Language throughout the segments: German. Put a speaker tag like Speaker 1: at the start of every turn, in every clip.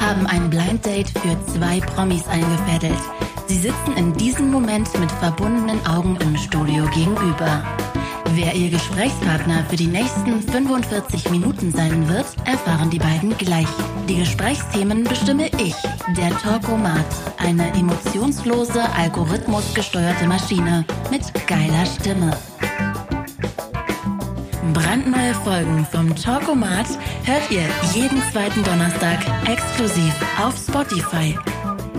Speaker 1: haben ein Blind Date für zwei Promis eingefädelt. Sie sitzen in diesem Moment mit verbundenen Augen im Studio gegenüber. Wer ihr Gesprächspartner für die nächsten 45 Minuten sein wird, erfahren die beiden gleich. Die Gesprächsthemen bestimme ich, der Talkomat, eine emotionslose, algorithmusgesteuerte Maschine mit geiler Stimme. Brandneue Folgen vom Talkomat hört ihr jeden zweiten Donnerstag exklusiv auf Spotify.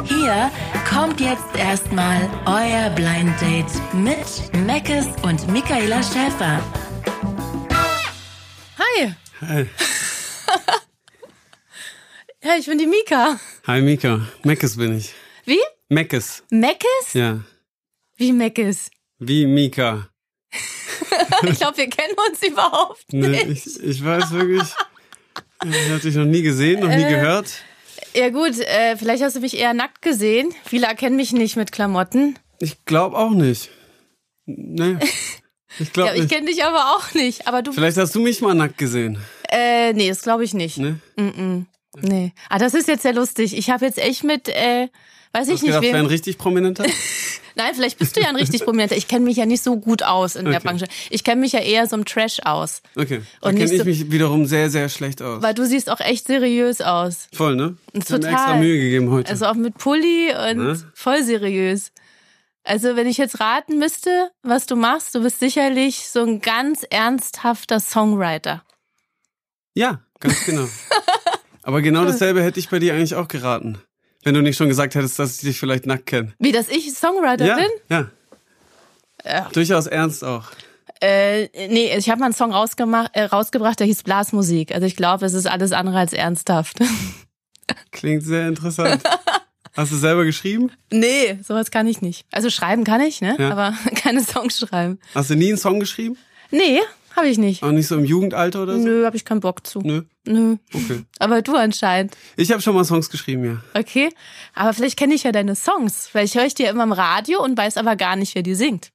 Speaker 1: Hier kommt jetzt erstmal euer Blind Date mit Meckes und Michaela Schäfer.
Speaker 2: Hi.
Speaker 3: Hi,
Speaker 2: Ja, ich bin die Mika.
Speaker 3: Hi Mika. Meckes bin ich.
Speaker 2: Wie?
Speaker 3: Meckes.
Speaker 2: Meckes?
Speaker 3: Ja.
Speaker 2: Wie Meckes?
Speaker 3: Wie Mika.
Speaker 2: Ich glaube, wir kennen uns überhaupt
Speaker 3: Ne,
Speaker 2: nicht.
Speaker 3: ich, ich weiß wirklich. Ich habe dich noch nie gesehen, noch
Speaker 2: Äh.
Speaker 3: nie gehört.
Speaker 2: Ja gut, äh, vielleicht hast du mich eher nackt gesehen. Viele erkennen mich nicht mit Klamotten.
Speaker 3: Ich glaube auch nicht. Nee. Ich
Speaker 2: Ja,
Speaker 3: glaube
Speaker 2: ich
Speaker 3: nicht.
Speaker 2: kenne dich aber auch nicht. Aber du,
Speaker 3: Vielleicht hast du mich mal nackt gesehen.
Speaker 2: äh, nee, das glaube ich nicht.
Speaker 3: Ne?
Speaker 2: Nee. Ah, das ist jetzt sehr lustig. Ich habe jetzt echt mit, äh, weiß ich
Speaker 3: Ich
Speaker 2: nicht,
Speaker 3: gedacht, wäre ein
Speaker 2: wem.
Speaker 3: richtig prominenter.
Speaker 2: Nein, vielleicht bist du ja ein richtig prominenter. Ich kenne mich ja nicht so gut aus in der
Speaker 3: Okay.
Speaker 2: Branche. Ich kenne mich ja eher so im Trash aus.
Speaker 3: Okay. Da
Speaker 2: Und Oh, nicht
Speaker 3: kenne ich
Speaker 2: so-
Speaker 3: mich wiederum sehr, sehr schlecht aus.
Speaker 2: Weil du siehst auch echt seriös aus.
Speaker 3: Voll, ne? Ich hab mir
Speaker 2: Total.
Speaker 3: extra Mühe gegeben heute.
Speaker 2: Also auch mit Pulli und
Speaker 3: Ne?
Speaker 2: voll seriös. Also wenn ich jetzt raten müsste, was du machst, du bist sicherlich so ein ganz ernsthafter Songwriter.
Speaker 3: ja, ganz genau. Aber genau dasselbe hätte ich bei dir eigentlich auch geraten. Wenn du nicht schon gesagt hättest, dass ich dich vielleicht nackt kenne.
Speaker 2: Wie, dass ich Songwriter
Speaker 3: Ja,
Speaker 2: bin?
Speaker 3: ja. Durchaus ernst auch.
Speaker 2: Äh, nee, ich habe mal einen Song rausgemacht, äh, rausgebracht, der hieß Blasmusik. Also ich glaube, es ist alles andere als ernsthaft.
Speaker 3: Klingt sehr interessant. Hast du selber geschrieben?
Speaker 2: nee, sowas kann ich nicht. Also schreiben kann ich, ne?
Speaker 3: Ja.
Speaker 2: Aber keine Songs schreiben.
Speaker 3: Hast du nie einen Song geschrieben?
Speaker 2: Nee, habe ich nicht.
Speaker 3: Auch nicht so im Jugendalter oder so?
Speaker 2: Nö, habe ich keinen Bock zu.
Speaker 3: Nö.
Speaker 2: Nö.
Speaker 3: Okay.
Speaker 2: Aber du anscheinend.
Speaker 3: Ich habe schon mal Songs geschrieben, ja.
Speaker 2: Okay, aber vielleicht kenne ich ja deine Songs. Vielleicht höre ich die ja immer im Radio und weiß aber gar nicht, wer die singt.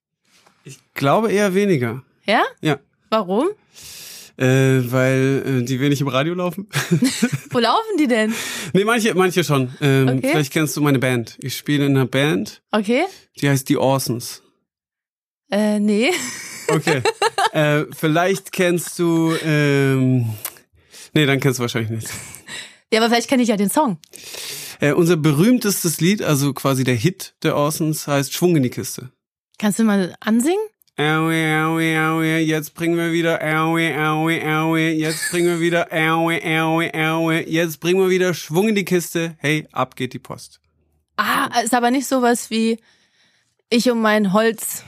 Speaker 3: Ich glaube eher weniger.
Speaker 2: Ja?
Speaker 3: Ja.
Speaker 2: Warum?
Speaker 3: Äh, weil äh, die wenig im Radio laufen.
Speaker 2: Wo laufen die denn?
Speaker 3: nee, manche, manche schon. Ähm,
Speaker 2: Okay.
Speaker 3: Vielleicht kennst du meine Band. Ich spiele in einer Band,
Speaker 2: Okay,
Speaker 3: die heißt Die Orsons.
Speaker 2: äh, nee.
Speaker 3: Okay. äh, vielleicht kennst du. Ähm, nee, dann kennst du wahrscheinlich nicht.
Speaker 2: Ja, aber vielleicht kenne ich ja den Song.
Speaker 3: Äh, unser berühmtestes Lied, also quasi der Hit der Orsons, heißt Schwung in die Kiste.
Speaker 2: Kannst du mal ansingen?
Speaker 3: Aue, aue, aue, jetzt bringen wir wieder aue, aue, aue, jetzt bringen wir wieder aue, aue, aue, jetzt bringen wir wieder Schwung in die Kiste. Hey, ab geht die Post.
Speaker 2: Ah, ist aber nicht sowas wie ich um mein Holz.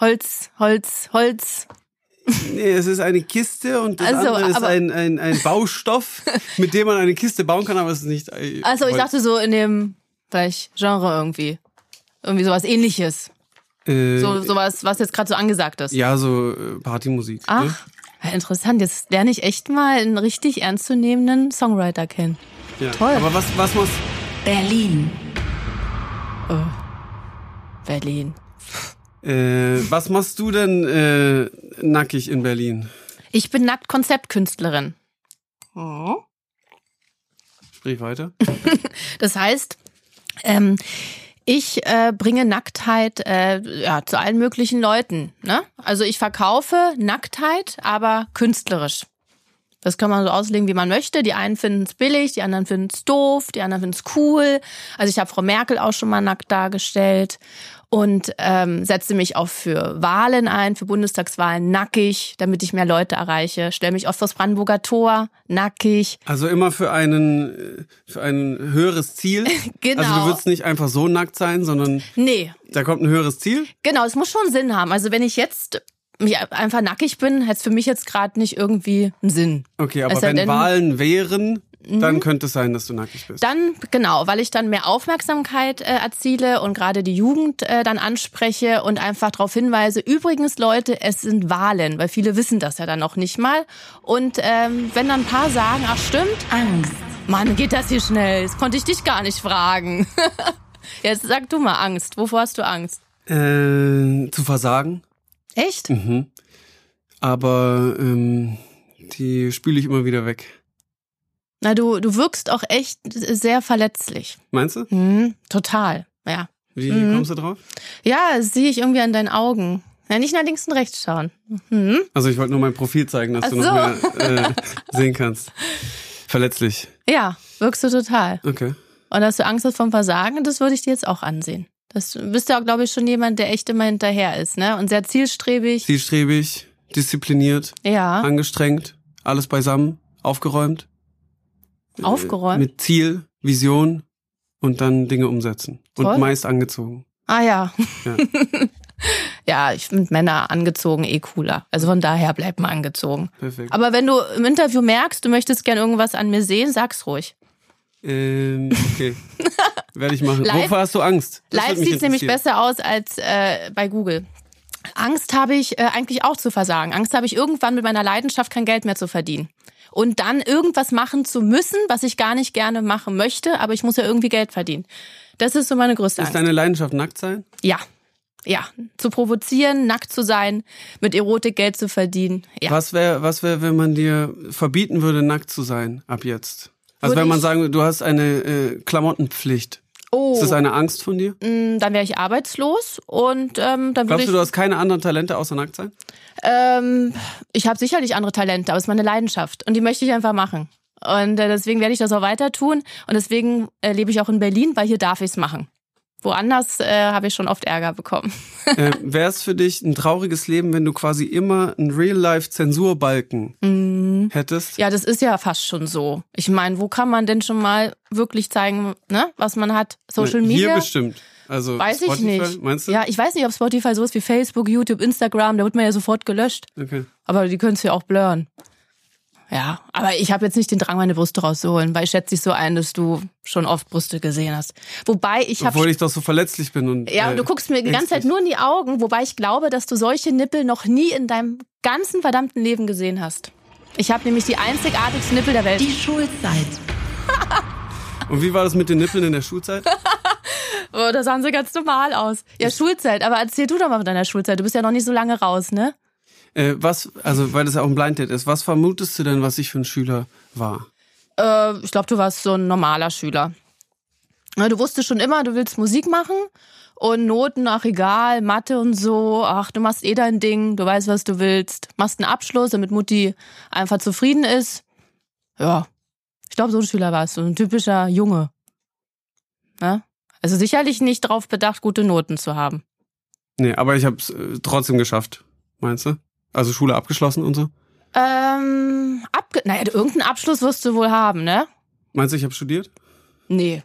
Speaker 2: Holz, Holz, Holz.
Speaker 3: Nee, es ist eine Kiste und das
Speaker 2: Also,
Speaker 3: andere ist
Speaker 2: aber-
Speaker 3: ein, ein, ein Baustoff, mit dem man eine Kiste bauen kann, aber es ist nicht... äh,
Speaker 2: Also ich
Speaker 3: Holz.
Speaker 2: dachte so in dem vielleicht Genre irgendwie. Irgendwie sowas ähnliches.
Speaker 3: Äh,
Speaker 2: So sowas, was jetzt gerade so angesagt ist.
Speaker 3: ja, so äh, Partymusik. Ne?
Speaker 2: Ach, ja, interessant. Jetzt lerne ich echt mal einen richtig ernstzunehmenden Songwriter kennen.
Speaker 3: Ja.
Speaker 2: toll.
Speaker 3: Aber was, was muss...
Speaker 1: Berlin.
Speaker 2: Berlin.
Speaker 3: Äh, was machst du denn äh, nackig in Berlin?
Speaker 2: Ich bin nackt Konzeptkünstlerin.
Speaker 3: Sprich weiter.
Speaker 2: Das heißt, ähm, ich äh, bringe Nacktheit äh, ja, zu allen möglichen Leuten. Ne? Also ich verkaufe Nacktheit, aber künstlerisch. Das kann man so auslegen, wie man möchte. Die einen finden es billig, die anderen finden es doof, die anderen finden es cool. Also ich habe Frau Merkel auch schon mal nackt dargestellt und ähm, setze mich auch für Wahlen ein, für Bundestagswahlen nackig, damit ich mehr Leute erreiche. Stelle mich oft vors Brandenburger Tor nackig.
Speaker 3: Also immer für einen äh, für ein höheres Ziel.
Speaker 2: Genau.
Speaker 3: Also du würdest nicht einfach so nackt sein, sondern
Speaker 2: Nee,
Speaker 3: da kommt ein höheres Ziel.
Speaker 2: Genau, es muss schon Sinn haben. Also wenn ich jetzt mich einfach nackig bin, hat es für mich jetzt gerade nicht irgendwie einen Sinn.
Speaker 3: Okay, aber
Speaker 2: Es sei
Speaker 3: wenn
Speaker 2: denn- Mhm.
Speaker 3: Wahlen wären, dann könnte es sein, dass du nackig bist.
Speaker 2: Dann, genau, weil ich dann mehr Aufmerksamkeit äh, erziele und gerade die Jugend äh, dann anspreche und einfach darauf hinweise, übrigens Leute, es sind Wahlen, weil viele wissen das ja dann noch nicht mal. Und ähm, wenn dann ein paar sagen, ach stimmt,
Speaker 1: Angst.
Speaker 2: Mann, geht das hier schnell, das konnte ich dich gar nicht fragen. jetzt sag du mal Angst, wovor hast du Angst?
Speaker 3: äh, zu versagen,
Speaker 2: Echt?
Speaker 3: aber ähm, die spüle ich immer wieder weg.
Speaker 2: Na, du, du wirkst auch echt sehr verletzlich.
Speaker 3: Meinst du?
Speaker 2: Mhm, total, ja.
Speaker 3: Wie
Speaker 2: Mhm.
Speaker 3: kommst du drauf?
Speaker 2: Ja, das sehe ich irgendwie an deinen Augen. Ja, nicht nach links und rechts schauen. Mhm.
Speaker 3: Also ich wollte nur mein Profil zeigen, dass du noch
Speaker 2: Ach
Speaker 3: mehr äh, sehen kannst. Verletzlich.
Speaker 2: Ja, wirkst du total.
Speaker 3: Okay.
Speaker 2: Und dass du Angst hast vom Versagen, das würde ich dir jetzt auch ansehen. Das du bist ja, glaube ich, schon jemand, der echt immer hinterher ist, ne? Und sehr zielstrebig.
Speaker 3: Zielstrebig, diszipliniert,
Speaker 2: ja,
Speaker 3: angestrengt, alles beisammen, aufgeräumt.
Speaker 2: aufgeräumt.
Speaker 3: Mit Ziel, Vision und dann Dinge umsetzen. Und
Speaker 2: Toll.
Speaker 3: meist angezogen.
Speaker 2: ah ja.
Speaker 3: Ja.
Speaker 2: ja, ich finde Männer angezogen eh cooler. Also von daher bleib mal angezogen.
Speaker 3: Perfekt.
Speaker 2: Aber wenn du im Interview merkst, du möchtest gern irgendwas an mir sehen, sag's ruhig.
Speaker 3: ähm, okay. Werde ich machen.
Speaker 2: Live-
Speaker 3: Wovor hast du Angst? Das
Speaker 2: Live
Speaker 3: würde mich
Speaker 2: sieht's nämlich
Speaker 3: interessieren.
Speaker 2: besser aus als äh, bei Google. Angst habe ich äh, eigentlich auch zu versagen. Angst habe ich irgendwann mit meiner Leidenschaft kein Geld mehr zu verdienen. Und dann irgendwas machen zu müssen, was ich gar nicht gerne machen möchte, aber ich muss ja irgendwie Geld verdienen. Das ist so meine größte
Speaker 3: Ist
Speaker 2: Angst.
Speaker 3: deine Leidenschaft nackt sein?
Speaker 2: Ja. Ja. Zu provozieren, nackt zu sein, mit Erotik Geld zu verdienen. Ja.
Speaker 3: Was wäre, was wär, wenn man dir verbieten würde, nackt zu sein ab jetzt? Also
Speaker 2: Würde
Speaker 3: wenn man
Speaker 2: ich-
Speaker 3: sagen würde, du hast eine äh, Klamottenpflicht.
Speaker 2: Oh,
Speaker 3: Ist das eine Angst von dir?
Speaker 2: mh, dann wäre ich arbeitslos und ähm, dann würde
Speaker 3: Glaubst
Speaker 2: ich.
Speaker 3: du, du hast keine anderen Talente außer nackt sein?
Speaker 2: Ähm, ich habe sicherlich andere Talente, aber es ist meine Leidenschaft und die möchte ich einfach machen. Und äh, deswegen werde ich das auch weiter tun und deswegen äh, lebe ich auch in Berlin, weil hier darf ich es machen. Woanders äh, habe ich schon oft Ärger bekommen.
Speaker 3: äh, Wäre es für dich ein trauriges Leben, wenn du quasi immer einen Real-Life-Zensurbalken hättest?
Speaker 2: Mhm. Ja, das ist ja fast schon so. Ich meine, wo kann man denn schon mal wirklich zeigen, ne, was man hat? Social
Speaker 3: Nein, Hier
Speaker 2: Media?
Speaker 3: bestimmt. Also
Speaker 2: Weiß ich
Speaker 3: Spotify,
Speaker 2: nicht.
Speaker 3: Meinst du?
Speaker 2: Ja, ich weiß nicht, ob Spotify so ist wie Facebook, YouTube, Instagram, da wird man ja sofort gelöscht.
Speaker 3: Okay.
Speaker 2: Aber die können es ja auch blurren. Ja, aber ich habe jetzt nicht den Drang, meine Brüste rauszuholen, weil ich schätze dich so ein, dass du schon oft Brüste gesehen hast. Wobei ich
Speaker 3: Obwohl
Speaker 2: habe...
Speaker 3: ich doch so verletzlich bin und
Speaker 2: Ja,
Speaker 3: äh,
Speaker 2: und du guckst mir die ganze Zeit nur in die Augen, wobei ich glaube, dass du solche Nippel noch nie in deinem ganzen verdammten Leben gesehen hast. Ich habe nämlich die einzigartigsten Nippel der Welt.
Speaker 1: Die Schulzeit.
Speaker 3: Und wie war das mit den Nippeln in der Schulzeit?
Speaker 2: Oh, da sahen sie ganz normal aus. Ja, Schulzeit, aber erzähl du doch mal von deiner Schulzeit. Du bist ja noch nicht so lange raus, ne?
Speaker 3: äh, was, also weil das ja auch ein Blind Date ist, was vermutest du denn, was ich für ein Schüler war?
Speaker 2: Äh, ich glaube, du warst so ein normaler Schüler. Na, Du wusstest schon immer, du willst Musik machen und Noten, ach egal, Mathe und so, ach, du machst eh dein Ding, du weißt, was du willst, machst einen Abschluss, damit Mutti einfach zufrieden ist. Ja, ich glaube, so ein Schüler warst du, so ein typischer Junge. Ne? Also sicherlich nicht darauf bedacht, gute Noten zu haben.
Speaker 3: Nee, aber ich habe es äh, trotzdem geschafft, meinst du? Also Schule abgeschlossen und so?
Speaker 2: Ähm, abge naja, irgendeinen Abschluss wirst du wohl haben, ne?
Speaker 3: Meinst du, ich habe studiert?
Speaker 2: Nee.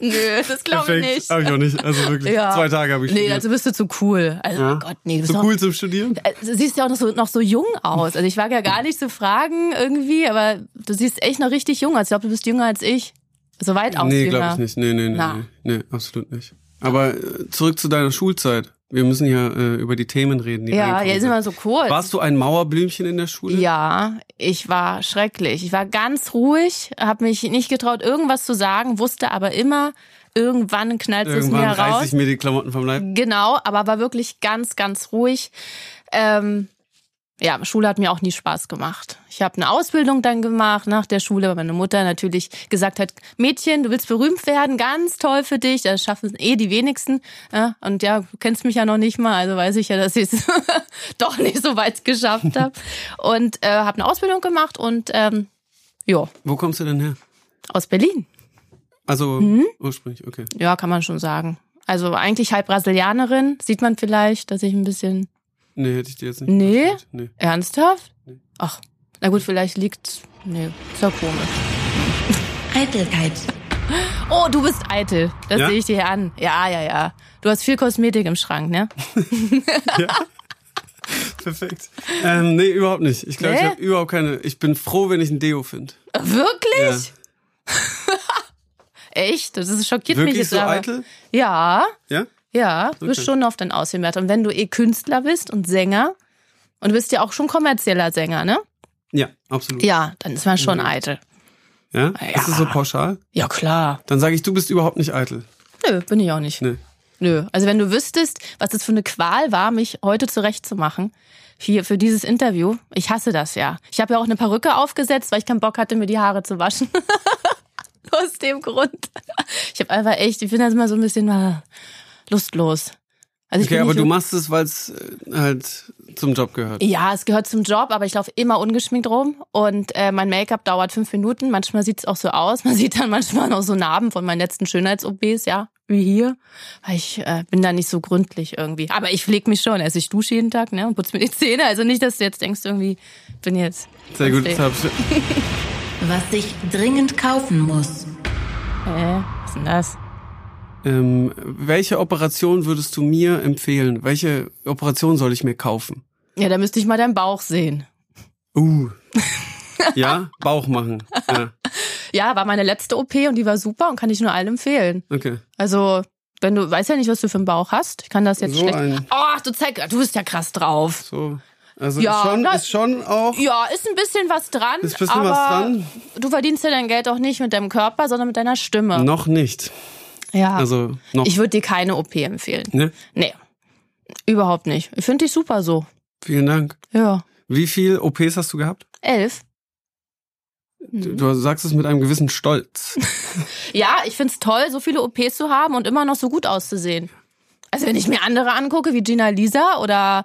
Speaker 2: Nö, das glaube ich nicht.
Speaker 3: Habe ich auch nicht. Also wirklich.
Speaker 2: Ja.
Speaker 3: Zwei Tage habe ich
Speaker 2: Nee,
Speaker 3: studiert.
Speaker 2: dazu bist du zu cool. Also,
Speaker 3: Ja.
Speaker 2: oh Gott, nee, du bist
Speaker 3: so
Speaker 2: noch,
Speaker 3: cool zum Studieren?
Speaker 2: äh, du siehst ja auch noch so, noch so jung aus. Also ich wage ja gar nicht zu fragen irgendwie, aber du siehst echt noch richtig jung aus. Ich glaube, du bist jünger als ich. So weit aus
Speaker 3: Nee, glaube
Speaker 2: jünger.
Speaker 3: ich nicht. Nee, nee, nee,
Speaker 2: Na.
Speaker 3: nee. Nee, absolut nicht. Aber äh, zurück zu deiner Schulzeit. Wir müssen ja äh, über die Themen reden. Die
Speaker 2: Ja,
Speaker 3: reinkommen.
Speaker 2: jetzt sind wir so kurz.
Speaker 3: Warst du ein Mauerblümchen in der Schule?
Speaker 2: Ja, ich war schrecklich. Ich war ganz ruhig, habe mich nicht getraut, irgendwas zu sagen, wusste aber immer, irgendwann knallt es mir
Speaker 3: Irgendwann reiß
Speaker 2: raus.
Speaker 3: ich mir die Klamotten vom Leib.
Speaker 2: Genau, aber war wirklich ganz, ganz ruhig. Ähm, ja, Schule hat mir auch nie Spaß gemacht. Ich habe eine Ausbildung dann gemacht nach der Schule, weil meine Mutter natürlich gesagt hat, Mädchen, du willst berühmt werden, ganz toll für dich, das schaffen eh die wenigsten. Ja, und ja, du kennst mich ja noch nicht mal, also weiß ich ja, dass ich es doch nicht so weit geschafft habe. Und äh, habe eine Ausbildung gemacht und ähm, ja,
Speaker 3: Wo kommst du denn her?
Speaker 2: aus Berlin.
Speaker 3: Also
Speaker 2: Hm?
Speaker 3: ursprünglich, okay.
Speaker 2: Ja, kann man schon sagen. Also eigentlich halb Brasilianerin, sieht man vielleicht, dass ich ein bisschen
Speaker 3: Nee, hätte ich dir jetzt nicht.
Speaker 2: Nee?
Speaker 3: gesagt. nee.
Speaker 2: Ernsthaft? Ach, na gut, vielleicht liegt's. Nee, ist ja komisch.
Speaker 1: Eitelkeit.
Speaker 2: Oh, du bist eitel. Das
Speaker 3: Ja?
Speaker 2: sehe ich dir an. Ja, ja, ja. Du hast viel Kosmetik im Schrank, ne?
Speaker 3: Perfekt. Ähm, nee, überhaupt nicht. Ich glaube,
Speaker 2: Nee?
Speaker 3: ich habe überhaupt keine. Ich bin froh, wenn ich ein Deo finde.
Speaker 2: Wirklich?
Speaker 3: Ja.
Speaker 2: Echt? Das ist, schockiert mich
Speaker 3: Wirklich
Speaker 2: jetzt
Speaker 3: so
Speaker 2: aber.
Speaker 3: eitel?
Speaker 2: Ja,
Speaker 3: Ja?
Speaker 2: ja. Du bist
Speaker 3: Okay.
Speaker 2: schon auf dein Aussehen wert. Und wenn du eh Künstler bist und Sänger, und du bist ja auch schon kommerzieller Sänger, ne?
Speaker 3: Ja, absolut.
Speaker 2: Ja, dann ist man schon
Speaker 3: Mhm.
Speaker 2: eitel.
Speaker 3: Ja? Ist das so
Speaker 2: Ja.
Speaker 3: pauschal?
Speaker 2: Ja, klar.
Speaker 3: Dann sage ich, du bist überhaupt nicht eitel.
Speaker 2: Nö, bin ich auch nicht.
Speaker 3: Nee.
Speaker 2: Nö. Also wenn du wüsstest, was das für eine Qual war, mich heute zurechtzumachen hier für dieses Interview. Ich hasse das ja. Ich habe ja auch eine Perücke aufgesetzt, weil ich keinen Bock hatte, mir die Haare zu waschen. Aus dem Grund. Ich habe einfach echt, ich bin das immer so ein bisschen äh, lustlos. Also ich
Speaker 3: Okay,
Speaker 2: bin
Speaker 3: aber
Speaker 2: nicht-
Speaker 3: du machst es, weil es halt zum Job gehört.
Speaker 2: ja, es gehört zum Job, aber ich laufe immer ungeschminkt rum und äh, mein Make-up dauert fünf Minuten. Manchmal sieht's auch so aus. Man sieht dann manchmal noch so Narben von meinen letzten Schönheits-OPs, ja, wie hier. Weil ich äh, bin da nicht so gründlich irgendwie. Aber ich pflege mich schon. Also ich dusche jeden Tag ne, und putze mir die Zähne. Also nicht, dass du jetzt denkst, irgendwie ich bin jetzt...
Speaker 3: Sehr gut. das
Speaker 2: Äh,
Speaker 3: hab ich-
Speaker 1: Was ich dringend kaufen muss.
Speaker 2: was ist denn das?
Speaker 3: Ähm, welche Operation würdest du mir empfehlen? Welche Operation soll ich mir kaufen?
Speaker 2: Ja, da müsste ich mal deinen Bauch sehen.
Speaker 3: Uh. Ja, Bauch machen. Ja,
Speaker 2: Ja, war meine letzte OP und die war super und kann ich nur allen empfehlen.
Speaker 3: okay.
Speaker 2: Also, wenn du weißt ja nicht, was du für einen Bauch hast. Ich kann das jetzt
Speaker 3: So
Speaker 2: schlecht.
Speaker 3: ein-
Speaker 2: Ach, du zeig, du bist ja krass drauf.
Speaker 3: So. Also
Speaker 2: Ja,
Speaker 3: ist schon,
Speaker 2: na-
Speaker 3: ist schon auch.
Speaker 2: Ja, ist ein bisschen was dran,
Speaker 3: Ist ein bisschen
Speaker 2: aber
Speaker 3: was dran.
Speaker 2: du verdienst ja dein Geld auch nicht mit deinem Körper, sondern mit deiner Stimme.
Speaker 3: Noch nicht.
Speaker 2: ja.
Speaker 3: Also noch.
Speaker 2: ich würde dir keine OP empfehlen.
Speaker 3: ne?
Speaker 2: Nee. Überhaupt nicht. Ich finde dich super so.
Speaker 3: Vielen Dank.
Speaker 2: Ja.
Speaker 3: Wie viel OPs hast du gehabt?
Speaker 2: Elf. Mhm.
Speaker 3: Du, du sagst es mit einem gewissen Stolz.
Speaker 2: Ja, ich find's toll, so viele OPs zu haben und immer noch so gut auszusehen. Also wenn ich mir andere angucke, wie Gina Lisa oder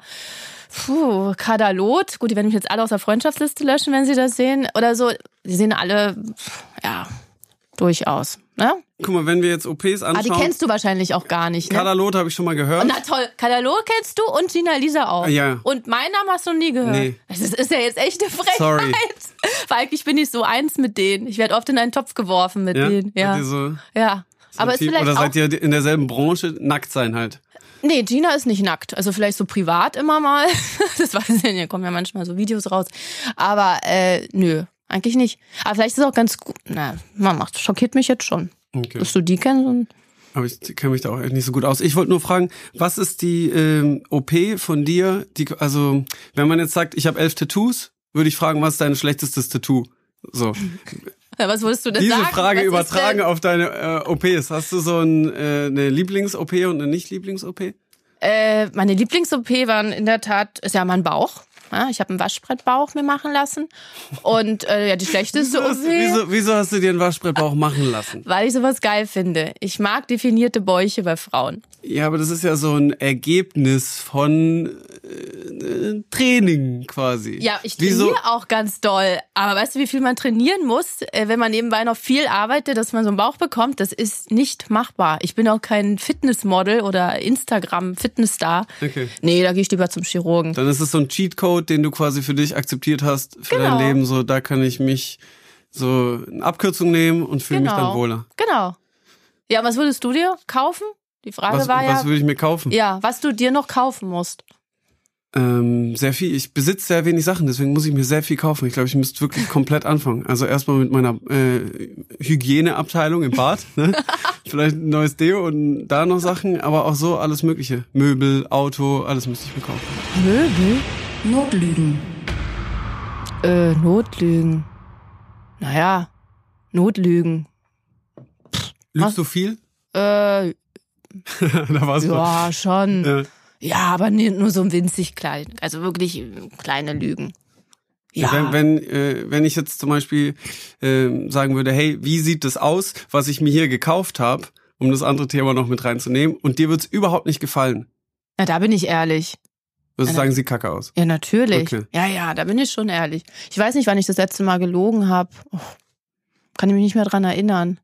Speaker 2: puh, Kadalot, gut, die werden mich jetzt alle aus der Freundschaftsliste löschen, wenn sie das sehen, oder so, die sehen alle, pff, ja, durchaus. Ne?
Speaker 3: Guck mal, wenn wir jetzt OPs
Speaker 2: Ah, die
Speaker 3: anschauen.
Speaker 2: kennst du wahrscheinlich auch gar nicht. Ne?
Speaker 3: Kadalot habe ich schon mal gehört.
Speaker 2: Na toll, Kadalot kennst du und Gina Lisa auch.
Speaker 3: Ah, ja.
Speaker 2: Und meinen Namen hast du noch nie gehört.
Speaker 3: Nee.
Speaker 2: Das ist ist ja jetzt echt eine Frechheit.
Speaker 3: Sorry.
Speaker 2: Weil ich bin nicht so eins mit denen. Ich werde oft in einen Topf geworfen mit
Speaker 3: ja?
Speaker 2: denen. Ja.
Speaker 3: Seid ihr so,
Speaker 2: Ja.
Speaker 3: so
Speaker 2: Aber ist
Speaker 3: Typ-
Speaker 2: vielleicht
Speaker 3: Oder
Speaker 2: auch,
Speaker 3: seid ihr in derselben Branche nackt sein halt?
Speaker 2: Nee, Gina ist nicht nackt. Also vielleicht so privat immer mal. Das weiß ich nicht. Da kommen ja manchmal so Videos raus. Aber äh, nö, eigentlich nicht. Aber vielleicht ist es auch ganz gut. Na, man macht, schockiert mich jetzt schon.
Speaker 3: Okay.
Speaker 2: Dass du die kennst und
Speaker 3: Aber ich kenne mich da auch echt nicht so gut aus. Ich wollte nur fragen, was ist die ähm, OP von dir? Die, also, wenn man jetzt sagt, ich habe elf Tattoos, würde ich fragen, was ist dein schlechtestes Tattoo? So.
Speaker 2: Na, was würdest du denn
Speaker 3: Diese
Speaker 2: sagen?
Speaker 3: Frage
Speaker 2: Was ist
Speaker 3: übertragen
Speaker 2: denn-
Speaker 3: auf deine äh, OPs. Hast du so ein, äh, eine Lieblings-OP und eine Nicht-Lieblings-OP?
Speaker 2: Äh, meine Lieblings-OP waren in der Tat, ist ja mein Bauch. Ja, ich habe einen Waschbrettbauch mir machen lassen. Und äh, ja, die schlechteste OP.
Speaker 3: Was- Wieso, wieso hast du dir einen Waschbrettbauch machen lassen?
Speaker 2: Weil ich sowas geil finde. Ich mag definierte Bäuche bei Frauen.
Speaker 3: Ja, aber das ist ja so ein Ergebnis von äh, Training quasi.
Speaker 2: Ja, ich trainiere
Speaker 3: Wieso?
Speaker 2: auch ganz doll. Aber weißt du, wie viel man trainieren muss, äh, wenn man nebenbei noch viel arbeitet, dass man so einen Bauch bekommt? Das ist nicht machbar. Ich bin auch kein Fitnessmodel oder Instagram-Fitnessstar.
Speaker 3: Okay.
Speaker 2: Nee, da gehe ich lieber zum Chirurgen.
Speaker 3: Dann ist es so ein Cheatcode, den du quasi für dich akzeptiert hast, für
Speaker 2: Genau.
Speaker 3: dein Leben. So, da kann ich mich so eine Abkürzung nehmen und fühle mich dann wohler.
Speaker 2: Genau. Ja, was würdest du dir kaufen? Die Frage
Speaker 3: Was,
Speaker 2: war ja,
Speaker 3: was würde ich mir kaufen?
Speaker 2: ja, was du dir noch kaufen musst.
Speaker 3: Ähm, sehr viel. Ich besitze sehr wenig Sachen, deswegen muss ich mir sehr viel kaufen. Ich glaube, ich müsste wirklich komplett anfangen. Also erstmal mit meiner äh, Hygieneabteilung im Bad. Ne? Vielleicht ein neues Deo und da noch Sachen, aber auch so alles Mögliche. Möbel, Auto, alles müsste ich mir kaufen.
Speaker 2: Möbel?
Speaker 1: Notlügen.
Speaker 2: Äh, Notlügen. Naja, Notlügen. Was?
Speaker 3: Lügst du viel?
Speaker 2: Äh,
Speaker 3: da war's mal.
Speaker 2: ja, schon.
Speaker 3: Ja.
Speaker 2: Ja, aber ni- nur so ein winzig klein. Also wirklich äh, kleine Lügen. Ja.
Speaker 3: Wenn, wenn, äh, wenn ich jetzt zum Beispiel ähm, sagen würde, hey, wie sieht das aus, was ich mir hier gekauft habe, um das andere Thema noch mit reinzunehmen, und dir wird's überhaupt nicht gefallen,
Speaker 2: Na, da bin ich ehrlich.
Speaker 3: würdest du
Speaker 2: Ja,
Speaker 3: sagen, sieht kacke aus.
Speaker 2: Ja, natürlich.
Speaker 3: Okay.
Speaker 2: Ja, ja, da bin ich schon ehrlich. Ich weiß nicht, wann ich das letzte Mal gelogen habe. Oh, kann ich mich nicht mehr dran erinnern.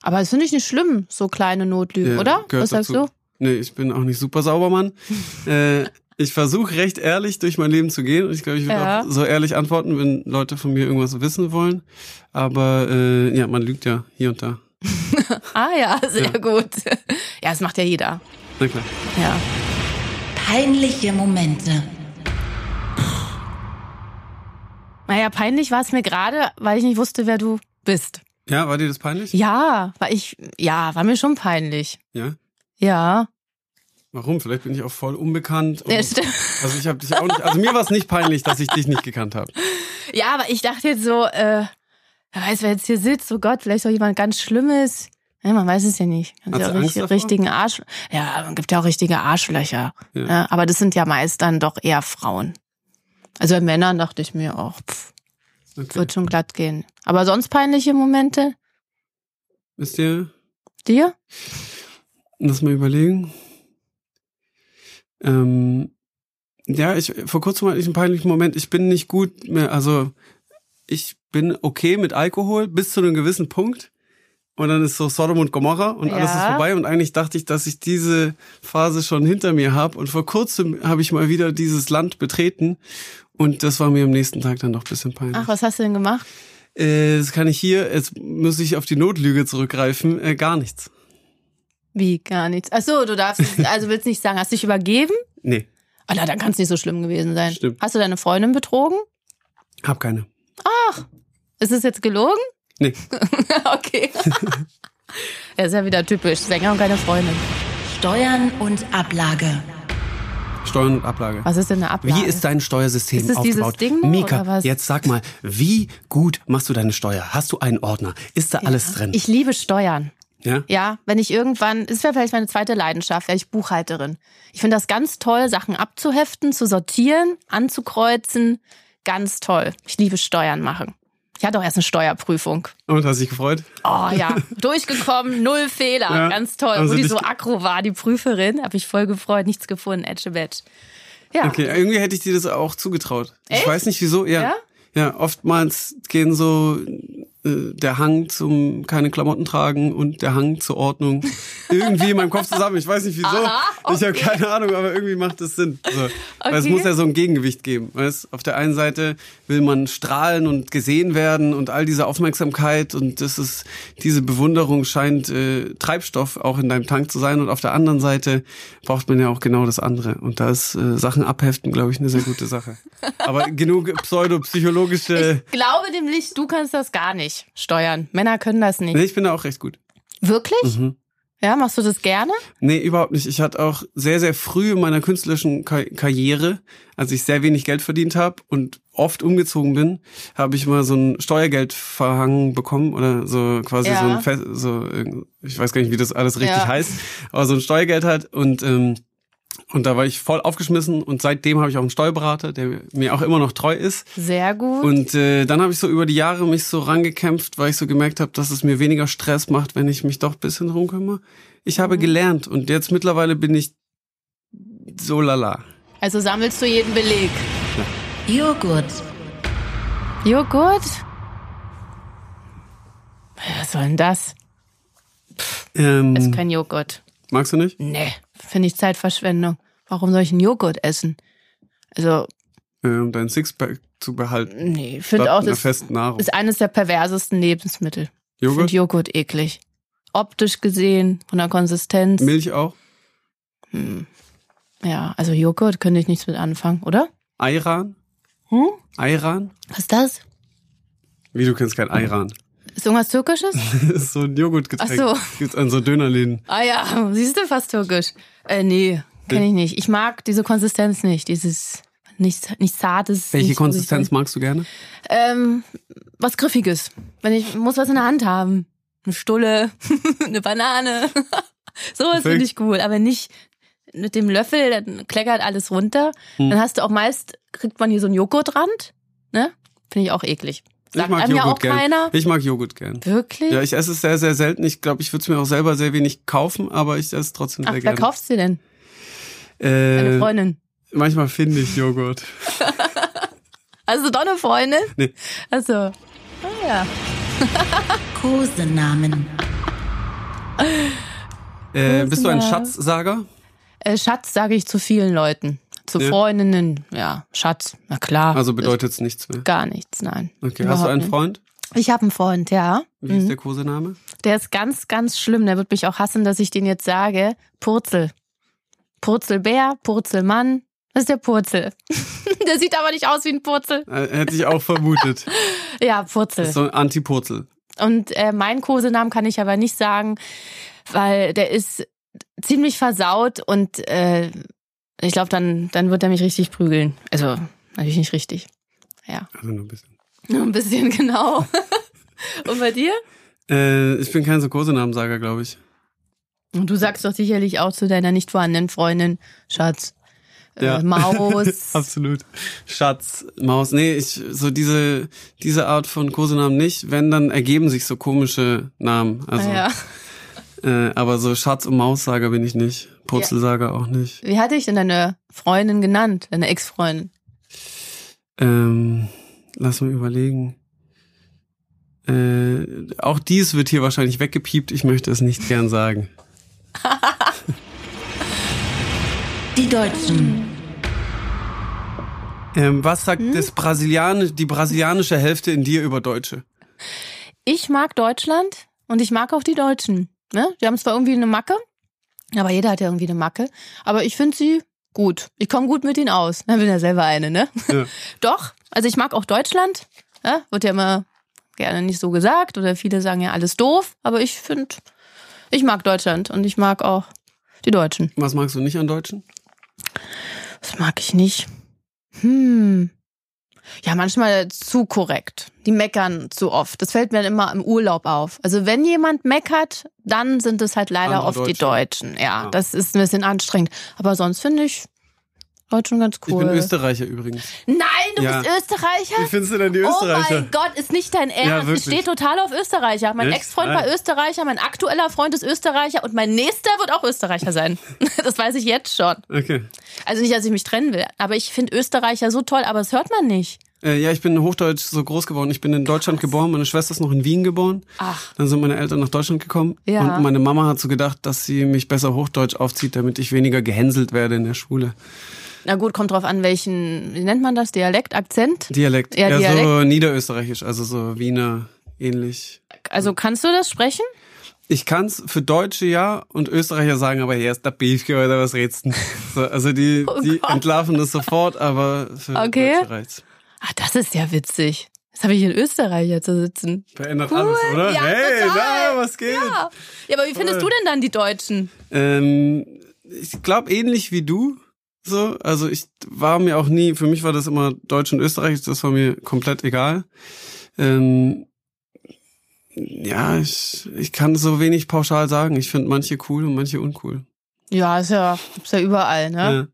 Speaker 2: Aber das finde ich nicht schlimm, so kleine Notlügen,
Speaker 3: Ja,
Speaker 2: oder?
Speaker 3: gehört
Speaker 2: Was sagst
Speaker 3: dazu. Nee, ich bin auch nicht super sauber, Mann. äh, ich versuche recht ehrlich durch mein Leben zu gehen und ich glaube, ich würde
Speaker 2: Ja.
Speaker 3: auch so ehrlich antworten, wenn Leute von mir irgendwas wissen wollen. Aber äh, ja, man lügt ja hier und da.
Speaker 2: du? Ah ja, sehr gut. Ja, das macht ja jeder.
Speaker 3: Na klar.
Speaker 2: Ja.
Speaker 1: Peinliche Momente.
Speaker 2: Naja, peinlich war es mir gerade, weil ich nicht wusste, wer du bist.
Speaker 3: Ja, war dir das peinlich?
Speaker 2: Ja, war ich, ja, war mir schon peinlich.
Speaker 3: Ja.
Speaker 2: Ja.
Speaker 3: Warum? Vielleicht bin ich auch voll unbekannt. und-
Speaker 2: Ja, stimmt.
Speaker 3: Also ich habe dich auch nicht. Also mir war es nicht peinlich, dass ich dich nicht gekannt habe.
Speaker 2: Ja, aber ich dachte jetzt so, äh, wer weiß, wer jetzt hier sitzt, oh Gott, vielleicht ist doch jemand ganz Schlimmes. Ja, man weiß es ja nicht. Kann
Speaker 3: Hat
Speaker 2: ja
Speaker 3: sie
Speaker 2: auch
Speaker 3: Angst
Speaker 2: richtig,
Speaker 3: davor?
Speaker 2: richtigen Arsch. Ja, man gibt ja auch richtige Arschlöcher.
Speaker 3: Ja.
Speaker 2: Ja, aber das sind ja meist dann doch eher Frauen. Also bei Männern dachte ich mir auch, pff,
Speaker 3: Okay.
Speaker 2: wird schon glatt gehen. Aber sonst peinliche Momente?
Speaker 3: Wisst ihr?
Speaker 2: Dir?
Speaker 3: Lass mal überlegen. Ähm, ja, ich vor kurzem hatte ich einen peinlichen Moment. Ich bin nicht gut mehr, also ich bin okay mit Alkohol bis zu einem gewissen Punkt. Und dann ist so Sodom und Gomorra und alles ist
Speaker 2: Ja.
Speaker 3: vorbei. Und eigentlich dachte ich, dass ich diese Phase schon hinter mir habe. Und vor kurzem habe ich mal wieder dieses Land betreten. Und das war mir am nächsten Tag dann doch ein bisschen peinlich.
Speaker 2: Ach, was hast du denn gemacht?
Speaker 3: Äh, das kann ich hier, jetzt muss ich auf die Notlüge zurückgreifen, äh, gar nichts.
Speaker 2: Wie gar nichts. Ach so, du darfst, also willst nicht sagen, hast dich übergeben?
Speaker 3: Nee,
Speaker 2: Ah, na, dann kann es nicht so schlimm gewesen sein.
Speaker 3: Stimmt.
Speaker 2: Hast du deine Freundin betrogen?
Speaker 3: hab keine.
Speaker 2: Ist es jetzt gelogen?
Speaker 3: Nee.
Speaker 2: okay. Er ist ja wieder typisch. Sänger und keine Freundin.
Speaker 1: Steuern und Ablage.
Speaker 3: Steuern und Ablage.
Speaker 2: Was ist denn eine
Speaker 3: Wie
Speaker 2: Ablage?
Speaker 3: ist dein Steuersystem
Speaker 2: Also, Ist es dieses
Speaker 3: aufgebaut?
Speaker 2: Ding da,
Speaker 3: Mika,
Speaker 2: oder was?
Speaker 3: jetzt sag mal, wie gut machst du deine Steuer? Hast du einen Ordner? Ist da alles drin?
Speaker 2: Ich liebe Steuern.
Speaker 3: ja?
Speaker 2: Ja, wenn ich irgendwann, es wäre vielleicht meine zweite Leidenschaft, wäre ich Buchhalterin. Ich finde das ganz toll, Sachen abzuheften, zu sortieren, anzukreuzen. Ganz toll. Ich liebe Steuern machen. Ich hatte auch erst eine Steuerprüfung.
Speaker 3: Und hast dich gefreut?
Speaker 2: Oh ja, durchgekommen, null Fehler.
Speaker 3: Ja,
Speaker 2: Ganz toll.
Speaker 3: also
Speaker 2: Wo die
Speaker 3: dich-
Speaker 2: so aggro war, die Prüferin, habe ich voll gefreut. Nichts gefunden, Edgebatch. Ja,
Speaker 3: Okay, irgendwie hätte ich dir das auch zugetraut. Ich
Speaker 2: Echt?
Speaker 3: weiß nicht wieso, ja.
Speaker 2: Ja?
Speaker 3: ja. oftmals gehen so äh, der Hang zum keine Klamotten tragen und der Hang zur Ordnung irgendwie in meinem Kopf zusammen. Ich weiß nicht wieso.
Speaker 2: Aha,
Speaker 3: Ich habe keine Ahnung, aber irgendwie macht das Sinn. So. Weil es
Speaker 2: Okay.
Speaker 3: muss ja so ein Gegengewicht geben. Weißt? Auf der einen Seite will man strahlen und gesehen werden und all diese Aufmerksamkeit und das ist diese Bewunderung scheint äh, Treibstoff auch in deinem Tank zu sein. Und auf der anderen Seite braucht man ja auch genau das andere. Und da ist äh, Sachen abheften, glaube ich, eine sehr gute Sache. Aber genug pseudopsychologische.
Speaker 2: ich glaube dem Licht, du kannst das gar nicht steuern. Männer können das nicht.
Speaker 3: Nee, ich bin da auch recht gut.
Speaker 2: Wirklich?
Speaker 3: Mhm.
Speaker 2: Ja, machst du das gerne?
Speaker 3: Nee, überhaupt nicht. Ich hatte auch sehr, sehr früh in meiner künstlerischen Ka Karriere, als ich sehr wenig Geld verdient habe und oft umgezogen bin, habe ich mal so ein Steuergeldverhang bekommen oder so quasi
Speaker 2: Ja.
Speaker 3: so ein Fest, so irgend- ich weiß gar nicht, wie das alles richtig
Speaker 2: Ja.
Speaker 3: heißt, aber so ein Steuergeld hat und ähm, und da war ich voll aufgeschmissen und seitdem habe ich auch einen Steuerberater, der mir auch immer noch treu ist.
Speaker 2: Sehr gut.
Speaker 3: Und äh, dann habe ich so über die Jahre mich so rangekämpft, weil ich so gemerkt habe, dass es mir weniger Stress macht, wenn ich mich doch ein bisschen drum kümmere. Ich
Speaker 2: Mhm.
Speaker 3: habe gelernt und jetzt mittlerweile bin ich so lala.
Speaker 2: also sammelst du jeden Beleg.
Speaker 1: Joghurt.
Speaker 2: Joghurt? Was soll denn das? Ist
Speaker 3: Ähm,
Speaker 2: kein Joghurt.
Speaker 3: magst du nicht?
Speaker 2: Nee, finde ich Zeitverschwendung. Warum soll ich einen Joghurt essen? Also,
Speaker 3: Ähm, dein Sixpack zu behalten.
Speaker 2: nee, ich
Speaker 3: Statt
Speaker 2: finde auch,
Speaker 3: einer
Speaker 2: das
Speaker 3: festen Nahrung.
Speaker 2: ist eines der perversesten Lebensmittel. Ich
Speaker 3: Joghurt?
Speaker 2: finde Joghurt eklig. Optisch gesehen, von der Konsistenz.
Speaker 3: Milch auch?
Speaker 2: Ja, also Joghurt könnte ich nichts mit anfangen, oder?
Speaker 3: Ayran?
Speaker 2: Hm?
Speaker 3: Ayran?
Speaker 2: Was ist das?
Speaker 3: Wie, du kennst kein Ayran.
Speaker 2: Ist irgendwas Türkisches?
Speaker 3: Das ist so ein Joghurtgetränk.
Speaker 2: Ach so.
Speaker 3: Das Gibt's an so Dönerläden.
Speaker 2: Ah ja, siehst du fast türkisch. Äh, nee, kenne ich nicht. Ich mag diese Konsistenz nicht. Dieses nichts, nichts Zartes.
Speaker 3: Welche
Speaker 2: nichts-
Speaker 3: Konsistenz magst du gerne?
Speaker 2: Ähm, was Griffiges. Wenn ich muss was in der Hand haben. Eine Stulle, eine Banane. Sowas finde ich cool. Aber nicht mit dem Löffel, dann kleckert alles runter.
Speaker 3: Hm.
Speaker 2: Dann hast du auch meist, kriegt man hier so einen Joghurtrand. Ne? Finde ich auch eklig. Sagt
Speaker 3: ich mag
Speaker 2: einem ja auch
Speaker 3: Joghurt gern.
Speaker 2: keiner.
Speaker 3: Ich mag Joghurt gern.
Speaker 2: Wirklich?
Speaker 3: Ja, ich esse es sehr, sehr selten. Ich glaube, ich würde es mir auch selber sehr wenig kaufen, aber ich esse es trotzdem
Speaker 2: Ach,
Speaker 3: sehr
Speaker 2: wer
Speaker 3: gerne.
Speaker 2: kaufst du denn? Deine
Speaker 3: äh,
Speaker 2: Freundin.
Speaker 3: manchmal finde ich Joghurt.
Speaker 2: Also doch eine Freundin?
Speaker 3: Nee.
Speaker 2: Also, ah ja.
Speaker 1: Kosenamen.
Speaker 3: Äh,
Speaker 2: ist
Speaker 3: bist du ein
Speaker 2: immer-
Speaker 3: Schatzsager?
Speaker 2: Äh, Schatz sage ich zu vielen Leuten. Zu
Speaker 3: Ja.
Speaker 2: Freundinnen, ja, Schatz, na klar.
Speaker 3: Also bedeutet es nichts mehr.
Speaker 2: gar nichts, nein.
Speaker 3: Okay, hast du
Speaker 2: Überhaupt
Speaker 3: einen
Speaker 2: nicht. Mhm.
Speaker 3: Freund?
Speaker 2: Ich habe einen Freund, ja.
Speaker 3: Wie ist der Kosename?
Speaker 2: Der ist ganz, ganz schlimm. Der wird mich auch hassen, dass ich den jetzt sage. Purzel. Purzelbär, Purzelmann. Das ist der Purzel. der sieht aber nicht aus wie ein Purzel.
Speaker 3: Äh, hätte ich auch vermutet.
Speaker 2: Ja, Purzel.
Speaker 3: Das ist so ein Antipurzel.
Speaker 2: Und äh, meinen Kosenamen kann ich aber nicht sagen, weil der ist ziemlich versaut und äh, ich glaube, dann, dann wird er mich richtig prügeln. Also natürlich nicht richtig. Ja,
Speaker 3: Also nur ein bisschen.
Speaker 2: nur ein bisschen genau. und bei dir?
Speaker 3: Äh, ich bin kein so großer Namensager, glaube ich.
Speaker 2: Und du sagst doch sicherlich auch zu deiner nicht vorhandenen Freundin, Schatz,
Speaker 3: Ja.
Speaker 2: äh, Maus.
Speaker 3: Absolut. Schatz, Maus. Nee, ich, so diese, diese Art von Kosenamen nicht. Wenn, dann ergeben sich so komische Namen. Also,
Speaker 2: Ah ja.
Speaker 3: äh, aber so Schatz- und Maussager bin ich nicht. Purzelsager auch nicht.
Speaker 2: Wie hatte ich denn deine Freundin genannt, deine Ex-Freundin?
Speaker 3: Ähm, lass mal überlegen. Äh, auch dies wird hier wahrscheinlich weggepiept. Ich möchte es nicht gern sagen.
Speaker 1: Die Deutschen.
Speaker 3: Ähm, was sagt das Brasilian die brasilianische Hälfte in dir über Deutsche?
Speaker 2: Ich mag Deutschland und ich mag auch die Deutschen. Ne? Die haben zwar irgendwie eine Macke, aber jeder hat ja irgendwie eine Macke. Aber ich finde sie gut. Ich komme gut mit ihnen aus. Ich bin ja selber eine, ne?
Speaker 3: Ja.
Speaker 2: Doch, also ich mag auch Deutschland. Ja? Wird ja immer gerne nicht so gesagt oder viele sagen ja alles doof. Aber ich finde, ich mag Deutschland und ich mag auch die Deutschen.
Speaker 3: Was magst du nicht an Deutschen?
Speaker 2: Das mag ich nicht. Hm. Ja, manchmal zu korrekt. Die meckern zu oft. Das fällt mir dann immer im Urlaub auf. Also wenn jemand meckert, dann sind es halt leider
Speaker 3: Andere
Speaker 2: oft die Deutschen. Ja,
Speaker 3: Ja.
Speaker 2: das ist ein bisschen anstrengend. Aber sonst finde ich Deutschen ganz
Speaker 3: Ich
Speaker 2: cool.
Speaker 3: bin Österreicher übrigens.
Speaker 2: Nein, du
Speaker 3: Ja.
Speaker 2: bist Österreicher?
Speaker 3: Wie findest du denn die
Speaker 2: Oh
Speaker 3: Österreicher?
Speaker 2: mein Gott, ist nicht dein
Speaker 3: Ja,
Speaker 2: Ernst. ich
Speaker 3: wirklich.
Speaker 2: stehe total auf Österreicher. Mein
Speaker 3: Echt?
Speaker 2: Ex-Freund
Speaker 3: Nein.
Speaker 2: war Österreicher, mein aktueller Freund ist Österreicher und mein nächster wird auch Österreicher sein. Das weiß ich jetzt schon.
Speaker 3: Okay.
Speaker 2: Also nicht, dass ich mich trennen will, aber ich finde Österreicher so toll, aber das hört man nicht.
Speaker 3: Äh, ja, ich bin Hochdeutsch so groß geworden. Ich bin in Deutschland geboren, meine Schwester ist noch in Wien geboren.
Speaker 2: Ach.
Speaker 3: Dann sind meine Eltern nach Deutschland gekommen.
Speaker 2: Ja.
Speaker 3: Und meine Mama hat so gedacht, dass sie mich besser Hochdeutsch aufzieht, damit ich weniger gehänselt werde in der Schule.
Speaker 2: Na gut, kommt drauf an, welchen, wie nennt man das? Dialekt, Akzent?
Speaker 3: Dialekt.
Speaker 2: Ja,
Speaker 3: so
Speaker 2: Dialekt.
Speaker 3: niederösterreichisch, also so Wiener ähnlich.
Speaker 2: Also kannst du das sprechen?
Speaker 3: Ich kann's für Deutsche ja und Österreicher sagen, aber hier ist der Beefke oder was redst du? So, also die, die entlarven das sofort, aber für
Speaker 2: Oh Okay.
Speaker 3: Deutsche reicht's.
Speaker 2: Ah, das ist ja witzig. Jetzt habe ich hier in Österreicher zu sitzen.
Speaker 3: Verändert alles, oder?
Speaker 2: ja,
Speaker 3: hey,
Speaker 2: total.
Speaker 3: na, was geht?
Speaker 2: Ja. ja, aber wie findest du denn dann die Deutschen?
Speaker 3: Ähm, ich glaube ähnlich wie du. So, also ich war mir auch nie, für mich war das immer Deutsch und Österreich, das war mir komplett egal. Ähm, ja, ich, ich kann so wenig pauschal sagen. Ich finde manche cool und manche uncool.
Speaker 2: Ja, ist ja, ist ja überall, ne?
Speaker 3: Ja,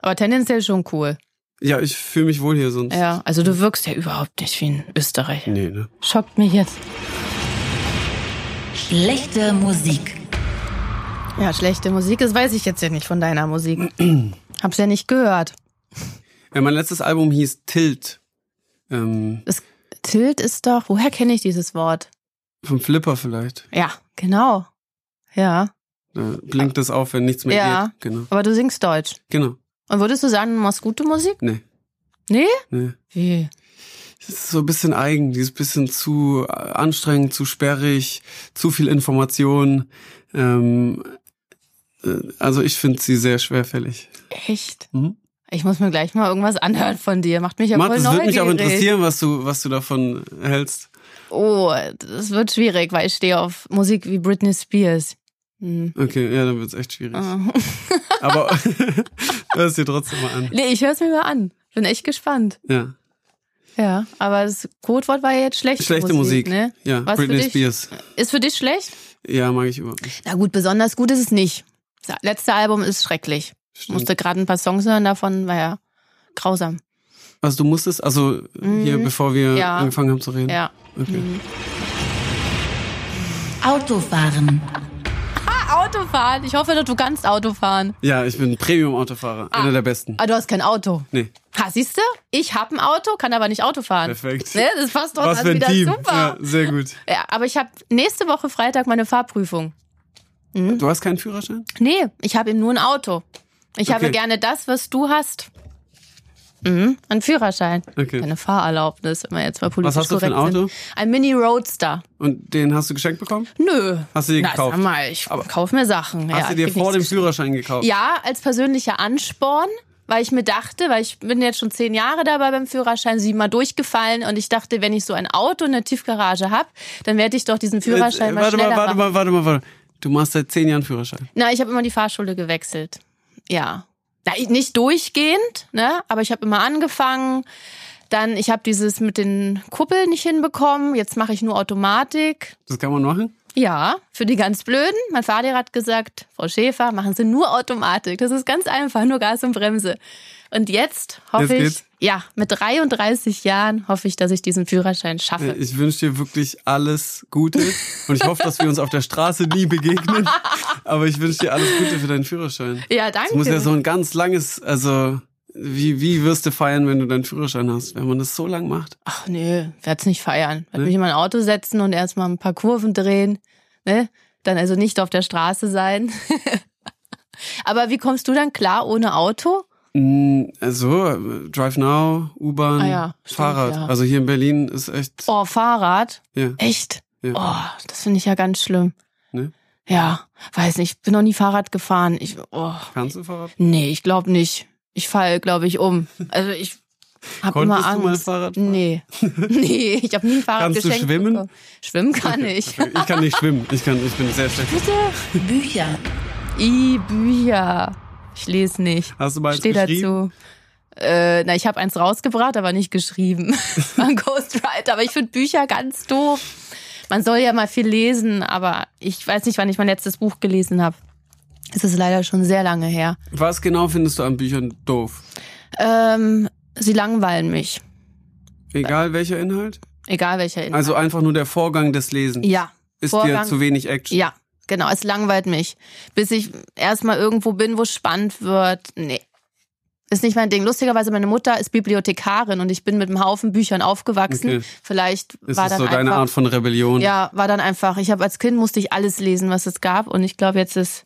Speaker 2: Aber tendenziell schon cool.
Speaker 3: ja ich fühle mich wohl hier sonst.
Speaker 2: Ja, also du wirkst ja überhaupt nicht wie ein Österreicher.
Speaker 3: Nee, ne?
Speaker 2: Schockt mich jetzt.
Speaker 1: Schlechte Musik.
Speaker 2: Ja, schlechte Musik, das weiß ich jetzt ja nicht von deiner Musik. Hab's ja nicht gehört.
Speaker 3: Ja, mein letztes Album hieß Tilt. Ähm,
Speaker 2: Das Tilt ist doch, woher kenne ich dieses Wort?
Speaker 3: vom Flipper vielleicht.
Speaker 2: Ja, genau. Ja,
Speaker 3: Da blinkt das auf, wenn nichts mehr
Speaker 2: Ja.
Speaker 3: geht. Genau.
Speaker 2: aber du singst Deutsch.
Speaker 3: Genau.
Speaker 2: Und würdest du sagen, du machst gute Musik?
Speaker 3: Nee.
Speaker 2: Nee?
Speaker 3: Nee.
Speaker 2: Wie?
Speaker 3: Das ist so ein bisschen eigen, die ist ein bisschen zu äh, anstrengend, zu sperrig, zu viel Information. Ähm, äh, also ich finde sie sehr schwerfällig.
Speaker 2: Echt?
Speaker 3: Mhm.
Speaker 2: Ich muss mir gleich mal irgendwas anhören von dir. Macht mich ja
Speaker 3: Matt,
Speaker 2: voll
Speaker 3: es würde
Speaker 2: neugierig.
Speaker 3: mich auch interessieren, was du, was du davon hältst.
Speaker 2: Oh, das wird schwierig, weil ich stehe auf Musik wie Britney Spears. Hm.
Speaker 3: Okay, ja, dann wird's echt schwierig.
Speaker 2: Ah.
Speaker 3: Aber hör es dir trotzdem mal an.
Speaker 2: Nee, ich höre es mir mal an. Bin echt gespannt.
Speaker 3: Ja.
Speaker 2: Ja, aber das Codewort war ja jetzt schlechte,
Speaker 3: Schlechte Musik.
Speaker 2: Ne?
Speaker 3: Ja,
Speaker 2: Was für
Speaker 3: Britney
Speaker 2: dich?
Speaker 3: Spears.
Speaker 2: Ist für dich schlecht?
Speaker 3: Ja, mag ich überhaupt nicht.
Speaker 2: Na gut, besonders gut ist es nicht. Das letzte Album ist schrecklich.
Speaker 3: Stimmt.
Speaker 2: Musste gerade ein paar Songs hören, davon war ja grausam.
Speaker 3: Also du musstest, also hier, bevor wir
Speaker 2: Mhm. Ja.
Speaker 3: angefangen haben zu reden.
Speaker 2: Ja. Mhm.
Speaker 3: Okay.
Speaker 1: Autofahren.
Speaker 2: Autofahren. Ich hoffe, du kannst Autofahren.
Speaker 3: Ja, ich bin Premium-Autofahrer, einer der besten.
Speaker 2: Ah, du hast kein Auto.
Speaker 3: Nee,
Speaker 2: Ha, siehst du? Ich habe ein Auto, kann aber nicht Auto fahren.
Speaker 3: Perfekt.
Speaker 2: Ne? Das passt doch
Speaker 3: was
Speaker 2: dann
Speaker 3: für ein
Speaker 2: wieder
Speaker 3: Team. Ja,
Speaker 2: super.
Speaker 3: sehr gut.
Speaker 2: Ja. aber ich habe nächste Woche Freitag meine Fahrprüfung.
Speaker 3: Du hast keinen Führerschein?
Speaker 2: Nee, ich habe eben nur ein Auto. Ich
Speaker 3: Okay.
Speaker 2: habe gerne das, was du hast. Mhm, einen Führerschein.
Speaker 3: Okay.
Speaker 2: Eine Fahrerlaubnis, wenn wir jetzt mal politisch
Speaker 3: Was hast du für ein
Speaker 2: korrekt
Speaker 3: Auto?
Speaker 2: Sind. Ein Mini-Roadster.
Speaker 3: Und den hast du geschenkt bekommen?
Speaker 2: Nö.
Speaker 3: Hast du dir
Speaker 2: Na,
Speaker 3: gekauft?
Speaker 2: Sag mal, ich kauf mir Sachen.
Speaker 3: Hast
Speaker 2: ja,
Speaker 3: du
Speaker 2: ich
Speaker 3: dir
Speaker 2: geb
Speaker 3: vor dem
Speaker 2: nichts
Speaker 3: Führerschein gekauft?
Speaker 2: Ja, als persönlicher Ansporn, weil ich mir dachte, weil ich bin jetzt schon zehn Jahre dabei beim Führerschein, siebenmal durchgefallen und ich dachte, wenn ich so ein Auto in der Tiefgarage hab, dann werde ich doch diesen
Speaker 3: Jetzt,
Speaker 2: Führerschein
Speaker 3: äh,
Speaker 2: mal
Speaker 3: warte
Speaker 2: schneller
Speaker 3: mal, warte
Speaker 2: machen.
Speaker 3: mal, warte mal, warte. Du machst seit zehn Jahren Führerschein.
Speaker 2: Na, ich habe immer die Fahrschule gewechselt. Ja. Na, ich- nicht durchgehend, ne? Aber ich habe immer angefangen. Dann, ich habe dieses mit den Kuppeln nicht hinbekommen. Jetzt mache ich nur Automatik.
Speaker 3: Das kann man machen.
Speaker 2: Ja, für die ganz Blöden. Mein Fahrlehrer hat gesagt, Frau Schäfer, machen Sie nur Automatik. Das ist ganz einfach, nur Gas und Bremse. Und jetzt hoffe
Speaker 3: Jetzt
Speaker 2: ich,
Speaker 3: geht's.
Speaker 2: ja, mit 33 Jahren hoffe ich, dass ich diesen Führerschein
Speaker 3: Äh,
Speaker 2: schaffe.
Speaker 3: Ich wünsche dir wirklich alles Gute und ich hoffe, dass wir uns auf der Straße nie begegnen. Aber ich wünsche dir alles Gute für deinen Führerschein.
Speaker 2: Ja,
Speaker 3: Es Äh, muss ja
Speaker 2: danke.
Speaker 3: so ein ganz langes, also wie, wie wirst du feiern, wenn du deinen Führerschein hast, wenn man das so lang macht?
Speaker 2: Ach nö, werd's nicht feiern. Werd mich in mein Auto setzen und erstmal ein paar Kurven drehen. Ne? Dann also nicht auf der Straße sein. Aber wie kommst du dann klar ohne Auto?
Speaker 3: Mm, Also äh, Drive Now, U-Bahn,
Speaker 2: Ah ja, stimmt,
Speaker 3: Fahrrad.
Speaker 2: ja.
Speaker 3: Also hier in Berlin ist echt.
Speaker 2: Oh, Fahrrad?
Speaker 3: Ja,
Speaker 2: Echt?
Speaker 3: ja.
Speaker 2: Oh, das finde ich ja ganz schlimm.
Speaker 3: Ne?
Speaker 2: Ja, weiß nicht. Bin noch nie Fahrrad gefahren. Ich, oh,
Speaker 3: Kannst du Fahrrad?
Speaker 2: nee, ich glaube nicht. Ich falle, glaube ich, um. Also ich habe immer
Speaker 3: Konntest du
Speaker 2: Angst.
Speaker 3: mal Fahrrad fahren?
Speaker 2: Nee. nee, ich habe nie ein Fahrrad
Speaker 3: Kannst du
Speaker 2: geschenkt
Speaker 3: schwimmen?
Speaker 2: bekommen. Schwimmen kann ich.
Speaker 3: Ich kann nicht schwimmen. Ich kann, ich bin sehr schlecht.
Speaker 2: Bitte?
Speaker 1: Bücher.
Speaker 2: I Bücher. Ich lese nicht.
Speaker 3: Hast du mal eins
Speaker 2: Steh
Speaker 3: geschrieben?
Speaker 2: dazu. Äh, na, ich habe eins rausgebracht, aber nicht geschrieben. War ein Ghostwriter, aber ich finde Bücher ganz doof. Man soll ja mal viel lesen, aber ich weiß nicht, wann ich mein letztes Buch gelesen habe. Es ist leider schon sehr lange her.
Speaker 3: Was genau findest du an Büchern doof?
Speaker 2: Ähm, sie langweilen mich,
Speaker 3: Egal welcher Inhalt?
Speaker 2: egal welcher Inhalt.
Speaker 3: Also einfach nur der Vorgang des Lesens.
Speaker 2: ja,
Speaker 3: Also, Ist dir
Speaker 2: Vorgang-
Speaker 3: zu wenig Action?
Speaker 2: ja, genau, es langweilt mich, bis ich erstmal irgendwo bin, wo es spannend wird. Nee. Ist nicht mein Ding. Lustigerweise, meine Mutter ist Bibliothekarin und ich bin mit einem Haufen Büchern aufgewachsen.
Speaker 3: Okay.
Speaker 2: Vielleicht
Speaker 3: Ist
Speaker 2: war
Speaker 3: das so
Speaker 2: dann
Speaker 3: deine
Speaker 2: einfach
Speaker 3: Art von Rebellion?
Speaker 2: Ja, war dann einfach. Ich habe als Kind musste ich alles lesen, was es gab, und ich glaube, jetzt ist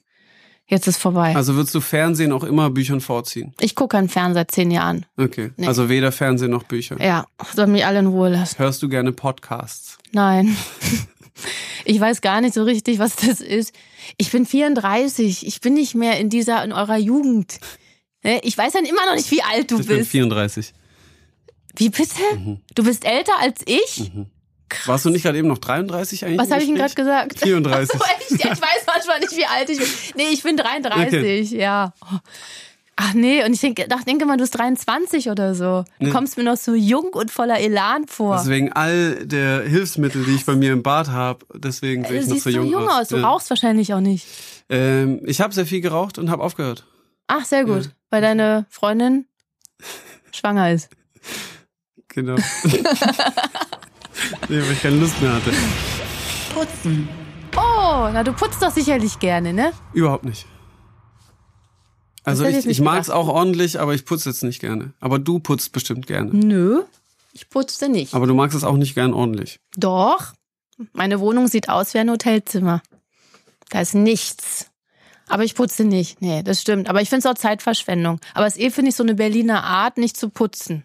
Speaker 2: jetzt ist vorbei.
Speaker 3: Also würdest du Fernsehen auch immer Büchern vorziehen?
Speaker 2: ich gucke keinen Fernseher seit zehn Jahren.
Speaker 3: Okay.
Speaker 2: Nee.
Speaker 3: Also weder Fernsehen noch Bücher.
Speaker 2: Ja, soll mich alle in Ruhe lassen.
Speaker 3: Hörst du gerne Podcasts?
Speaker 2: Nein. Ich weiß gar nicht so richtig, was das ist. Ich bin 34. Ich bin nicht mehr in dieser, in eurer Jugend. Ne? Ich weiß dann immer noch nicht, wie alt du
Speaker 3: ich bin Mhm.
Speaker 2: bist.
Speaker 3: 34.
Speaker 2: Wie bitte? Du bist älter als ich?
Speaker 3: Mhm. Warst du nicht gerade eben noch 33 eigentlich?
Speaker 2: Was
Speaker 3: im
Speaker 2: habe ich denn gerade
Speaker 3: Gespräch?
Speaker 2: gesagt?
Speaker 3: 34.
Speaker 2: Ach so, echt? Ja, ich weiß manchmal nicht, wie alt ich bin. Nee, ich bin 33, ja. Oh. Ach nee, und ich denke, ach, denke mal, du bist 23 oder so. Du kommst mir noch so jung und voller Elan vor.
Speaker 3: Deswegen all der Hilfsmittel, die ich bei mir im Bad habe, deswegen sehe ich
Speaker 2: du
Speaker 3: noch
Speaker 2: Also siehst
Speaker 3: so jung, aus.
Speaker 2: Du
Speaker 3: Ja.
Speaker 2: rauchst wahrscheinlich auch nicht.
Speaker 3: Ähm, ich habe sehr viel geraucht und habe aufgehört.
Speaker 2: Ach, sehr gut. Weil deine Freundin schwanger ist.
Speaker 3: Genau. nee, weil ich keine Lust mehr hatte.
Speaker 1: Putzen.
Speaker 2: Oh, na, du putzt doch sicherlich gerne, ne?
Speaker 3: Überhaupt nicht. Also
Speaker 2: hätte ich
Speaker 3: ich,
Speaker 2: jetzt
Speaker 3: ich
Speaker 2: nicht
Speaker 3: mag's
Speaker 2: gedacht.
Speaker 3: auch ordentlich, aber ich putze jetzt nicht gerne. Aber du putzt bestimmt gerne.
Speaker 2: Nö, ich putze nicht.
Speaker 3: Aber du magst es auch nicht gern ordentlich.
Speaker 2: Doch, meine Wohnung sieht aus wie ein Hotelzimmer. Da ist nichts. Aber ich putze nicht. Nee, das stimmt. Aber ich finde es auch Zeitverschwendung. Aber es ist eh, finde ich, so eine Berliner Art, nicht zu putzen.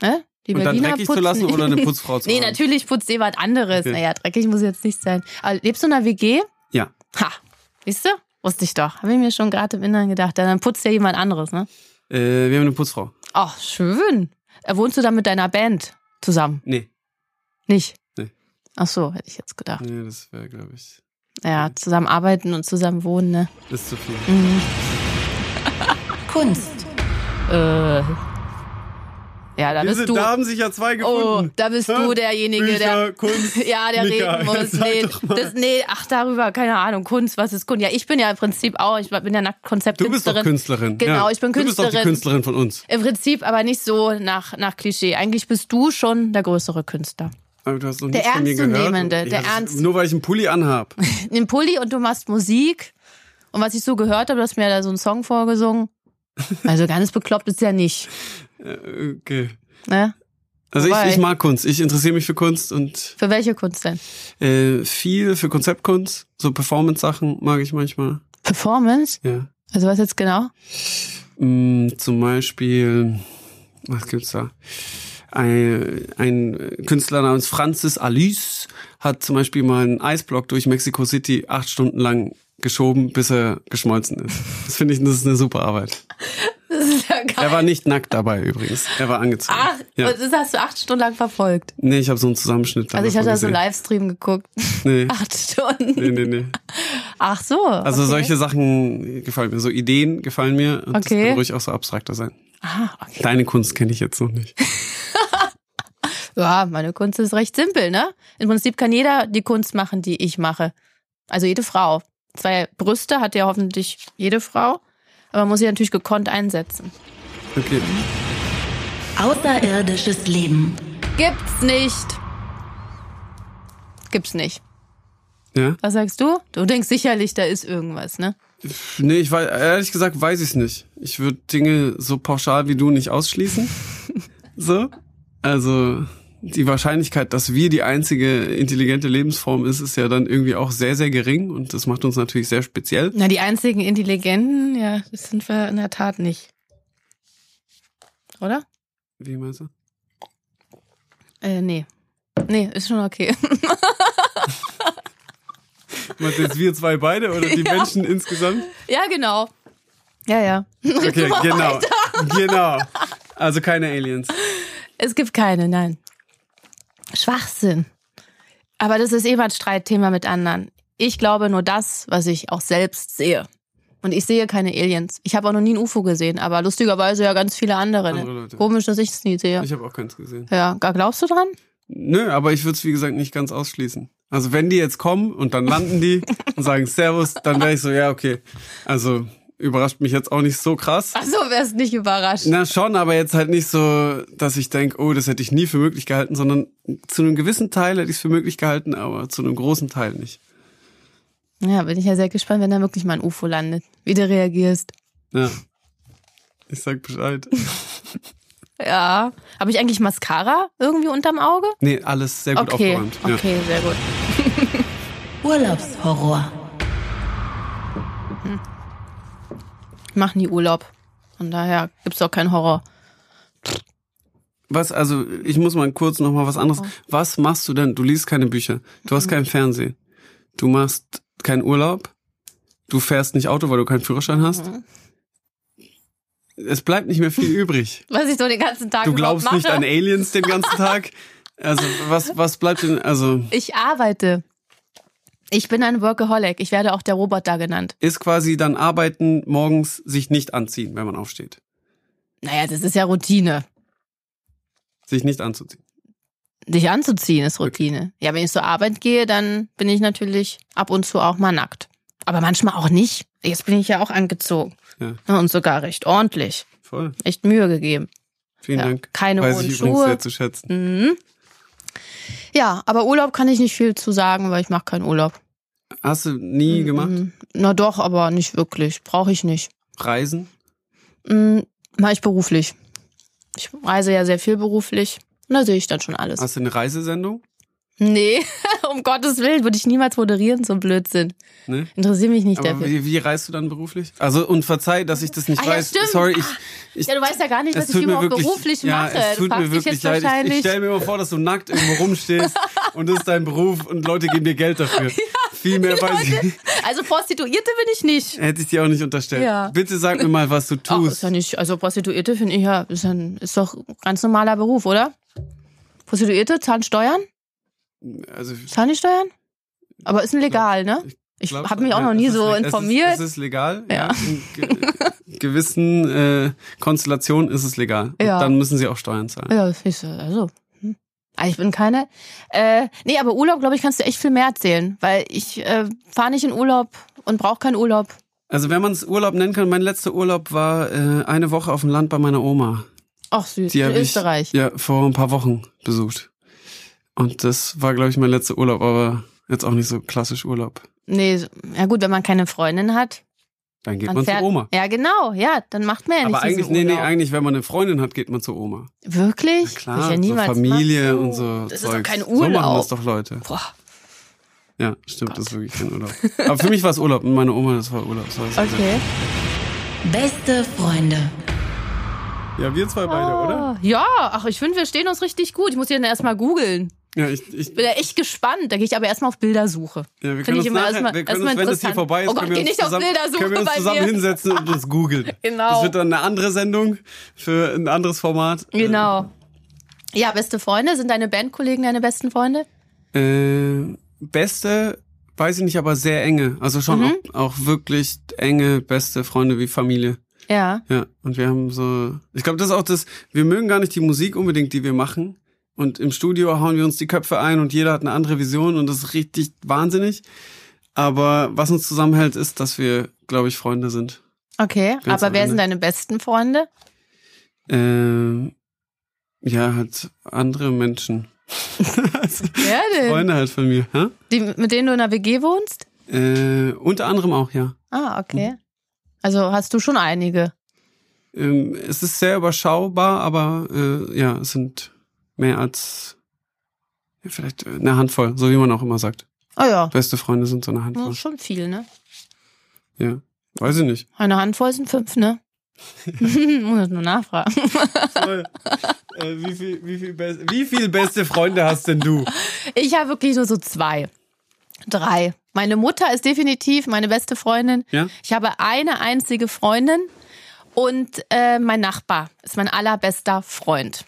Speaker 2: Ne? Die eh
Speaker 3: Und dann dreckig zu lassen oder eine Putzfrau zu
Speaker 2: Nee,
Speaker 3: haben?
Speaker 2: natürlich putzt eh was anderes.
Speaker 3: Okay.
Speaker 2: Naja, dreckig muss jetzt nicht sein. Aber lebst du in einer WG?
Speaker 3: Ja.
Speaker 2: Ha, siehst du? Wusste ich doch. Habe ich mir schon gerade im Inneren gedacht. Ja, Dann putzt ja jemand anderes, ne?
Speaker 3: Äh, wir haben eine Putzfrau.
Speaker 2: Ach, schön. Äh, Wohnst du dann mit deiner Band zusammen?
Speaker 3: Nee.
Speaker 2: Nicht?
Speaker 3: Nee.
Speaker 2: Ach so, hätte ich jetzt gedacht.
Speaker 3: Nee, das wäre, glaube ich,
Speaker 2: Ja, zusammen arbeiten und zusammen wohnen, ne?
Speaker 3: ist zu viel.
Speaker 1: Kunst.
Speaker 2: Äh. Ja, da
Speaker 3: Diese
Speaker 2: bist du.
Speaker 3: Da haben sich ja zwei
Speaker 2: oh,
Speaker 3: gefunden.
Speaker 2: da bist du derjenige,
Speaker 3: Bücher,
Speaker 2: der.
Speaker 3: Kunst,
Speaker 2: ja, der
Speaker 3: Mika,
Speaker 2: reden
Speaker 3: jetzt
Speaker 2: muss.
Speaker 3: sag
Speaker 2: Nee,
Speaker 3: doch mal.
Speaker 2: das, nee, ach, darüber, keine Ahnung. Kunst, was ist Kunst? Ja, ich bin ja im Prinzip auch, ich bin ja
Speaker 3: Du bist
Speaker 2: Nachtkonzeptkünstlerin.
Speaker 3: doch Künstlerin.
Speaker 2: Genau,
Speaker 3: ja.
Speaker 2: ich bin
Speaker 3: Du bist doch die
Speaker 2: Künstlerin.
Speaker 3: Künstlerin von uns.
Speaker 2: Im Prinzip aber nicht so nach, nach Klischee. Eigentlich bist du schon der größere Künstler.
Speaker 3: Aber du hast noch
Speaker 2: Der
Speaker 3: nichts von mir gehört.
Speaker 2: Ernstzunehmende,
Speaker 3: Ja,
Speaker 2: der
Speaker 3: das-
Speaker 2: Ernst-
Speaker 3: Nur weil ich einen Pulli anhab.
Speaker 2: Nimm Pulli und du machst Musik. Und was ich so gehört habe, du hast mir da so einen Song vorgesungen. Also ganz bekloppt ist ja nicht.
Speaker 3: Äh, Okay.
Speaker 2: Ne?
Speaker 3: Also ich,
Speaker 2: Wobei-
Speaker 3: ich mag Kunst. Ich interessiere mich für Kunst und
Speaker 2: Für welche Kunst denn?
Speaker 3: äh, viel für Konzeptkunst. So Performance-Sachen mag ich manchmal.
Speaker 2: Performance?
Speaker 3: Ja.
Speaker 2: Also was jetzt genau?
Speaker 3: Mm, zum Beispiel, was gibt's da? Ein, ein Künstler namens Francis Alice hat zum Beispiel mal einen Eisblock durch Mexico City acht Stunden lang geschoben, bis er geschmolzen ist. Das finde ich, das ist eine super Arbeit.
Speaker 2: Das ist ja geil.
Speaker 3: Er war nicht nackt dabei übrigens. Er war angezogen.
Speaker 2: Ach,
Speaker 3: ja.
Speaker 2: und das hast du acht Stunden lang verfolgt.
Speaker 3: Nee, ich habe so einen Zusammenschnitt.
Speaker 2: Also ich hatte da so einen
Speaker 3: davon
Speaker 2: Livestream geguckt.
Speaker 3: gesehen.
Speaker 2: Acht Stunden.
Speaker 3: Nee, nee, nee, nee.
Speaker 2: Ach so.
Speaker 3: Also
Speaker 2: okay.
Speaker 3: solche Sachen gefallen mir. So Ideen gefallen mir. Und Das
Speaker 2: Okay.
Speaker 3: kann ruhig auch so abstrakter sein.
Speaker 2: Ah, okay.
Speaker 3: Deine Kunst kenne ich jetzt noch nicht.
Speaker 2: ja, meine Kunst ist recht simpel, ne? Im Prinzip kann jeder die Kunst machen, die ich mache. Also jede Frau. Zwei Brüste hat ja hoffentlich jede Frau, aber man muss sie natürlich gekonnt einsetzen.
Speaker 3: Okay.
Speaker 1: Außerirdisches Leben.
Speaker 2: Gibt's nicht. Gibt's nicht.
Speaker 3: Ja?
Speaker 2: Was sagst du? Du denkst sicherlich, da ist irgendwas, ne?
Speaker 3: Nee, ich weiß, ehrlich gesagt weiß ich es nicht. Ich würde Dinge so pauschal wie du nicht ausschließen. so. Also die Wahrscheinlichkeit, dass wir die einzige intelligente Lebensform ist, ist ja dann irgendwie auch sehr, sehr gering und das macht uns natürlich sehr speziell.
Speaker 2: Na, die einzigen Intelligenten, ja, das sind wir in der Tat nicht. Oder?
Speaker 3: Wie meinst du?
Speaker 2: Äh, nee. Nee, ist schon okay.
Speaker 3: Meinst du jetzt wir zwei beide oder die
Speaker 2: Ja.
Speaker 3: Menschen insgesamt?
Speaker 2: ja, genau. Ja, ja.
Speaker 3: Okay, genau. Genau. Also keine Aliens.
Speaker 2: Es gibt keine, nein. Schwachsinn. Aber das ist eben ein Streitthema mit anderen. Ich glaube nur das, was ich auch selbst sehe. Und ich sehe keine Aliens. Ich habe auch noch nie ein UFO gesehen, aber lustigerweise ja ganz viele andere.
Speaker 3: Andere
Speaker 2: ne?
Speaker 3: Leute.
Speaker 2: Komisch, dass ich es nie sehe.
Speaker 3: Ich habe auch keins gesehen.
Speaker 2: ja, gar- glaubst du dran?
Speaker 3: Nö, aber ich würde es wie gesagt nicht ganz ausschließen. Also wenn die jetzt kommen und dann landen die und sagen Servus, dann wäre ich so, ja, okay. Also überrascht mich jetzt auch nicht so krass.
Speaker 2: Also wärst nicht überrascht.
Speaker 3: Na schon, aber jetzt halt nicht so, dass ich denk, oh, das hätte ich nie für möglich gehalten, sondern zu einem gewissen Teil hätte ich es für möglich gehalten, aber zu einem großen Teil nicht.
Speaker 2: Ja, bin ich ja sehr gespannt, wenn da wirklich mal ein UFO landet, wie du reagierst.
Speaker 3: Ja. Ich sag Bescheid.
Speaker 2: Ja. Habe ich eigentlich Mascara irgendwie unterm Auge?
Speaker 3: Nee, alles sehr gut
Speaker 2: Okay,
Speaker 3: aufgeräumt. Ja.
Speaker 2: okay, sehr gut.
Speaker 1: Urlaubshorror.
Speaker 2: Machen die Urlaub. Von daher gibt's doch keinen Horror.
Speaker 3: Was, also, ich muss mal kurz noch mal was anderes.
Speaker 2: Oh.
Speaker 3: Was machst du denn? Du liest keine Bücher. Du
Speaker 2: Mhm.
Speaker 3: hast kein Fernsehen. Du machst keinen Urlaub. Du fährst nicht Auto, weil du keinen Führerschein hast.
Speaker 2: Mhm.
Speaker 3: Es bleibt nicht mehr viel übrig.
Speaker 2: Was ich so den ganzen Tag
Speaker 3: Du
Speaker 2: überhaupt
Speaker 3: glaubst nicht
Speaker 2: mache.
Speaker 3: an Aliens den ganzen Tag. Also, was, was bleibt denn, also,
Speaker 2: Ich arbeite. Ich bin ein Workaholic. Ich werde auch der Roboter genannt.
Speaker 3: ist quasi dann arbeiten, morgens sich nicht anziehen, wenn man aufsteht.
Speaker 2: Naja, das ist ja Routine.
Speaker 3: Sich nicht anzuziehen.
Speaker 2: Dich anzuziehen ist Routine. Ja, wenn ich zur Arbeit gehe, dann bin ich natürlich ab und zu auch mal nackt. Aber manchmal auch nicht. Jetzt bin ich ja auch angezogen.
Speaker 3: Ja.
Speaker 2: Ja, Und sogar recht ordentlich.
Speaker 3: Voll.
Speaker 2: Echt Mühe gegeben.
Speaker 3: Vielen
Speaker 2: Ja,
Speaker 3: Dank.
Speaker 2: keine
Speaker 3: Weiß
Speaker 2: hohen
Speaker 3: ich übrigens
Speaker 2: Schuhe.
Speaker 3: sehr zu schätzen.
Speaker 2: Mhm. Ja, aber Urlaub kann ich nicht viel zu sagen, weil ich mache keinen Urlaub.
Speaker 3: Hast du nie gemacht?
Speaker 2: Mhm. Na doch, aber nicht wirklich. Brauche ich nicht.
Speaker 3: Reisen?
Speaker 2: Mhm. Mache ich beruflich. Ich reise ja sehr viel beruflich. Und da sehe ich dann schon alles.
Speaker 3: Hast du eine Reisesendung?
Speaker 2: Nee, um Gottes Willen würde ich niemals moderieren, so ein Blödsinn.
Speaker 3: Ne?
Speaker 2: Interessiere mich nicht
Speaker 3: Aber
Speaker 2: dafür.
Speaker 3: wie, wie reist du dann beruflich? Also und verzeih, dass ich das nicht
Speaker 2: Ah, ja,
Speaker 3: weiß.
Speaker 2: stimmt.
Speaker 3: Sorry, ich, ich
Speaker 2: Ja, du weißt ja gar nicht,
Speaker 3: es
Speaker 2: was ich
Speaker 3: tut mir
Speaker 2: überhaupt
Speaker 3: wirklich,
Speaker 2: beruflich
Speaker 3: ja,
Speaker 2: mache.
Speaker 3: Es
Speaker 2: du
Speaker 3: tut
Speaker 2: fragst
Speaker 3: mir
Speaker 2: dich
Speaker 3: wirklich
Speaker 2: jetzt
Speaker 3: leid. Ich, ich
Speaker 2: wahrscheinlich.
Speaker 3: stelle mir immer vor, dass du nackt irgendwo rumstehst und das ist dein Beruf und Leute geben dir Geld dafür. Viel mehr weiß ich,
Speaker 2: also Prostituierte bin ich nicht.
Speaker 3: hätte ich dir auch nicht unterstellt.
Speaker 2: Ja.
Speaker 3: Bitte sag mir mal, was du
Speaker 2: Ach, ist
Speaker 3: tust.
Speaker 2: ja nicht, also Prostituierte finde ich ja, ist, ein, ist doch ein ganz normaler Beruf, oder? Prostituierte zahlen Steuern?
Speaker 3: also
Speaker 2: Zahlen die Steuern? Aber ist legal, ne? Ich
Speaker 3: glaub's-
Speaker 2: habe mich auch
Speaker 3: ja,
Speaker 2: noch nie
Speaker 3: es ist
Speaker 2: so
Speaker 3: le- Es
Speaker 2: informiert.
Speaker 3: ist, es ist legal.
Speaker 2: Ja.
Speaker 3: In ge gewissen äh, Konstellationen ist es legal.
Speaker 2: Ja.
Speaker 3: Und dann müssen sie auch Steuern zahlen.
Speaker 2: Ja, siehst du, also. hm. Also ich bin keine. Äh, nee, aber Urlaub, glaube ich, kannst du echt viel mehr erzählen, weil ich äh, fahre nicht in Urlaub und brauche keinen Urlaub.
Speaker 3: Also wenn man es Urlaub nennen kann, mein letzter Urlaub war äh, eine Woche auf dem Land bei meiner Oma.
Speaker 2: Ach süß,
Speaker 3: Die
Speaker 2: in
Speaker 3: habe ich
Speaker 2: Österreich.
Speaker 3: ja, vor ein paar Wochen besucht. Und das war, glaube ich, mein letzter Urlaub, aber jetzt auch nicht so klassisch Urlaub.
Speaker 2: Nee, so- ja gut, wenn man keine Freundin hat,
Speaker 3: Dann geht
Speaker 2: man,
Speaker 3: man,
Speaker 2: fährt.
Speaker 3: zu Oma.
Speaker 2: Ja, genau, ja, dann macht man ja nicht
Speaker 3: aber eigentlich,
Speaker 2: diesen
Speaker 3: nee, nee,
Speaker 2: Urlaub.
Speaker 3: eigentlich, wenn man eine Freundin hat, geht man zu Oma.
Speaker 2: Wirklich? Würde ich
Speaker 3: Klar,
Speaker 2: ja
Speaker 3: so
Speaker 2: niemals
Speaker 3: Familie
Speaker 2: machen.
Speaker 3: und so.
Speaker 2: Das ist
Speaker 3: Zeugs.
Speaker 2: doch kein
Speaker 3: So machen
Speaker 2: Urlaub.
Speaker 3: das doch Leute.
Speaker 2: Boah,
Speaker 3: Ja, stimmt, das ist wirklich kein Urlaub. Aber für mich war es Urlaub und meine Oma, das war Urlaub. So ist es.
Speaker 2: okay.
Speaker 1: Beste Freunde.
Speaker 3: Ja, wir zwei beide, oder?
Speaker 2: Ah, Ja, ach, ich finde, wir stehen uns richtig gut. Ich muss hier dann erstmal googeln.
Speaker 3: Ja, ich, ich,
Speaker 2: Bin ja echt gespannt. Da gehe ich aber erstmal auf Bildersuche.
Speaker 3: ja wir
Speaker 2: Finde
Speaker 3: können
Speaker 2: ich
Speaker 3: uns,
Speaker 2: immer
Speaker 3: nachher,
Speaker 2: erstmal-
Speaker 3: wir können uns
Speaker 2: erstmal
Speaker 3: wenn das hier
Speaker 2: interessant.
Speaker 3: vorbei ist,
Speaker 2: Oh Gott,
Speaker 3: können, wir
Speaker 2: geh
Speaker 3: uns
Speaker 2: nicht auf
Speaker 3: zusammen,
Speaker 2: Bildersuche
Speaker 3: können wir uns
Speaker 2: bei
Speaker 3: zusammen
Speaker 2: mir.
Speaker 3: hinsetzen und uns googeln.
Speaker 2: Genau.
Speaker 3: Das wird dann eine andere Sendung für ein anderes Format.
Speaker 2: Genau. Ja, beste Freunde, sind deine Bandkollegen deine besten Freunde?
Speaker 3: Äh, beste, weiß ich nicht, aber sehr enge. Also schon
Speaker 2: Mhm.
Speaker 3: auch, auch wirklich enge, beste Freunde wie Familie.
Speaker 2: Ja.
Speaker 3: Ja, und wir haben so, ich glaube, das ist auch das, wir mögen gar nicht die Musik unbedingt, die wir machen, Und im Studio hauen wir uns die Köpfe ein und jeder hat eine andere Vision und das ist richtig wahnsinnig. Aber was uns zusammenhält, ist, dass wir, glaube ich, Freunde sind.
Speaker 2: Okay,
Speaker 3: Ganz
Speaker 2: aber wer
Speaker 3: am
Speaker 2: sind deine besten Freunde?
Speaker 3: Ähm, ja, halt andere Menschen.
Speaker 2: Wer denn?
Speaker 3: Freunde halt von mir. Hä?
Speaker 2: Die, mit denen du in der WG wohnst?
Speaker 3: Äh, unter anderem auch, ja.
Speaker 2: Ah, okay. Also hast du schon einige.
Speaker 3: Ähm, es ist sehr überschaubar, aber äh, ja, es sind mehr als ja, vielleicht eine Handvoll, so wie man auch immer sagt.
Speaker 2: Ah ja,
Speaker 3: Beste Freunde sind so eine
Speaker 2: Ja,
Speaker 3: Handvoll.
Speaker 2: schon viel, ne?
Speaker 3: Ja. Weiß ich nicht.
Speaker 2: Eine Handvoll sind fünf, ne? Muss nur nachfragen.
Speaker 3: Äh, wie, viel, wie, viel wie viel beste Freunde hast denn du?
Speaker 2: Ich habe wirklich nur so zwei. Drei. Meine Mutter ist definitiv meine beste Freundin.
Speaker 3: Ja?
Speaker 2: Ich habe eine einzige Freundin und äh, mein Nachbar ist mein allerbester Freund.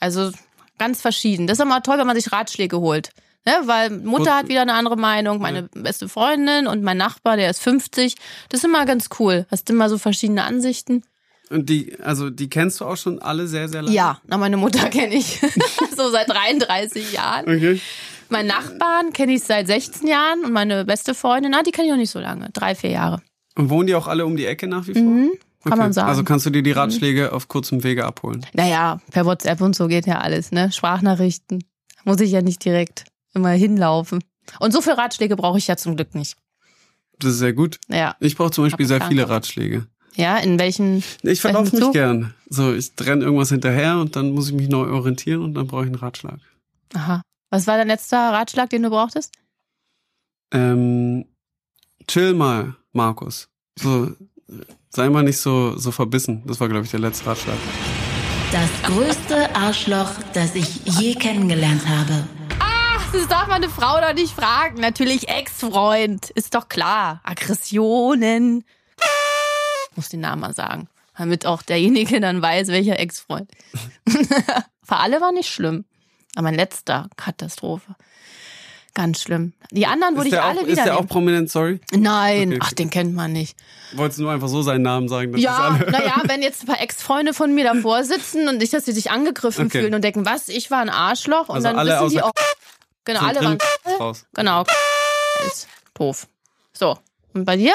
Speaker 2: Also ganz verschieden. Das ist immer toll, wenn man sich Ratschläge holt. Ne? Weil Mutter hat wieder eine andere Meinung, meine beste Freundin und mein Nachbar, der ist 50. Das ist immer ganz cool. Hast immer so verschiedene Ansichten.
Speaker 3: Und die, also die kennst du auch schon alle sehr, sehr lange?
Speaker 2: Ja, na, meine Mutter kenne ich so seit 33 Jahren.
Speaker 3: Okay.
Speaker 2: Mein Nachbarn kenne ich seit 16 Jahren und meine beste Freundin, na, die kenne ich noch nicht so lange. Drei, vier Jahre.
Speaker 3: Und wohnen die auch alle um die Ecke nach wie vor?
Speaker 2: Mhm, Kann man sagen. Mhm.
Speaker 3: Also kannst du dir die Ratschläge auf kurzem Wege abholen.
Speaker 2: Naja, per WhatsApp und so geht ja alles, ne? Sprachnachrichten. Muss ich ja nicht direkt immer hinlaufen. Und so viele Ratschläge brauche ich ja zum Glück nicht.
Speaker 3: Das ist sehr gut.
Speaker 2: Ja.
Speaker 3: Ich brauche zum Beispiel
Speaker 2: Aber
Speaker 3: sehr
Speaker 2: klar.
Speaker 3: viele Ratschläge.
Speaker 2: Ja, in welchen.
Speaker 3: Ich verlaufe
Speaker 2: Welchen
Speaker 3: mich
Speaker 2: Äh, Zug?
Speaker 3: gern. So, ich renne irgendwas hinterher und dann muss ich mich neu orientieren und dann brauche ich einen Ratschlag.
Speaker 2: Aha. Was war dein letzter Ratschlag, den du brauchtest?
Speaker 3: Ähm, chill mal, Markus. So, sei mal nicht so, so verbissen. Das war, glaube ich, der letzte Ratschlag.
Speaker 1: Das größte Arschloch, das ich je kennengelernt habe.
Speaker 2: Das darf man eine Frau doch nicht fragen. Natürlich Ex-Freund. Ist doch klar. Aggressionen. Muss den Namen mal sagen. Damit auch derjenige dann weiß, welcher Ex-Freund. Für alle war nicht schlimm. Aber mein letzter Katastrophe. Ganz schlimm. Die anderen würde
Speaker 3: Ist
Speaker 2: ich
Speaker 3: der,
Speaker 2: alle
Speaker 3: auch, ist
Speaker 2: wieder.
Speaker 3: der auch prominent, sorry?
Speaker 2: Nein,
Speaker 3: Okay,
Speaker 2: ach,
Speaker 3: okay.
Speaker 2: den kennt man nicht.
Speaker 3: Wolltest du nur einfach so seinen Namen sagen? dass das
Speaker 2: Ja,
Speaker 3: alle-
Speaker 2: naja, wenn jetzt ein paar Ex-Freunde von mir davor sitzen und ich, dass sie sich angegriffen
Speaker 3: Okay.
Speaker 2: fühlen und denken, was, ich war ein Arschloch und
Speaker 3: Also
Speaker 2: dann
Speaker 3: alle
Speaker 2: wissen die
Speaker 3: außer-
Speaker 2: auch. Genau, alle
Speaker 3: drin,
Speaker 2: waren.
Speaker 3: raus.
Speaker 2: Genau. Ist doof. So. Und bei dir?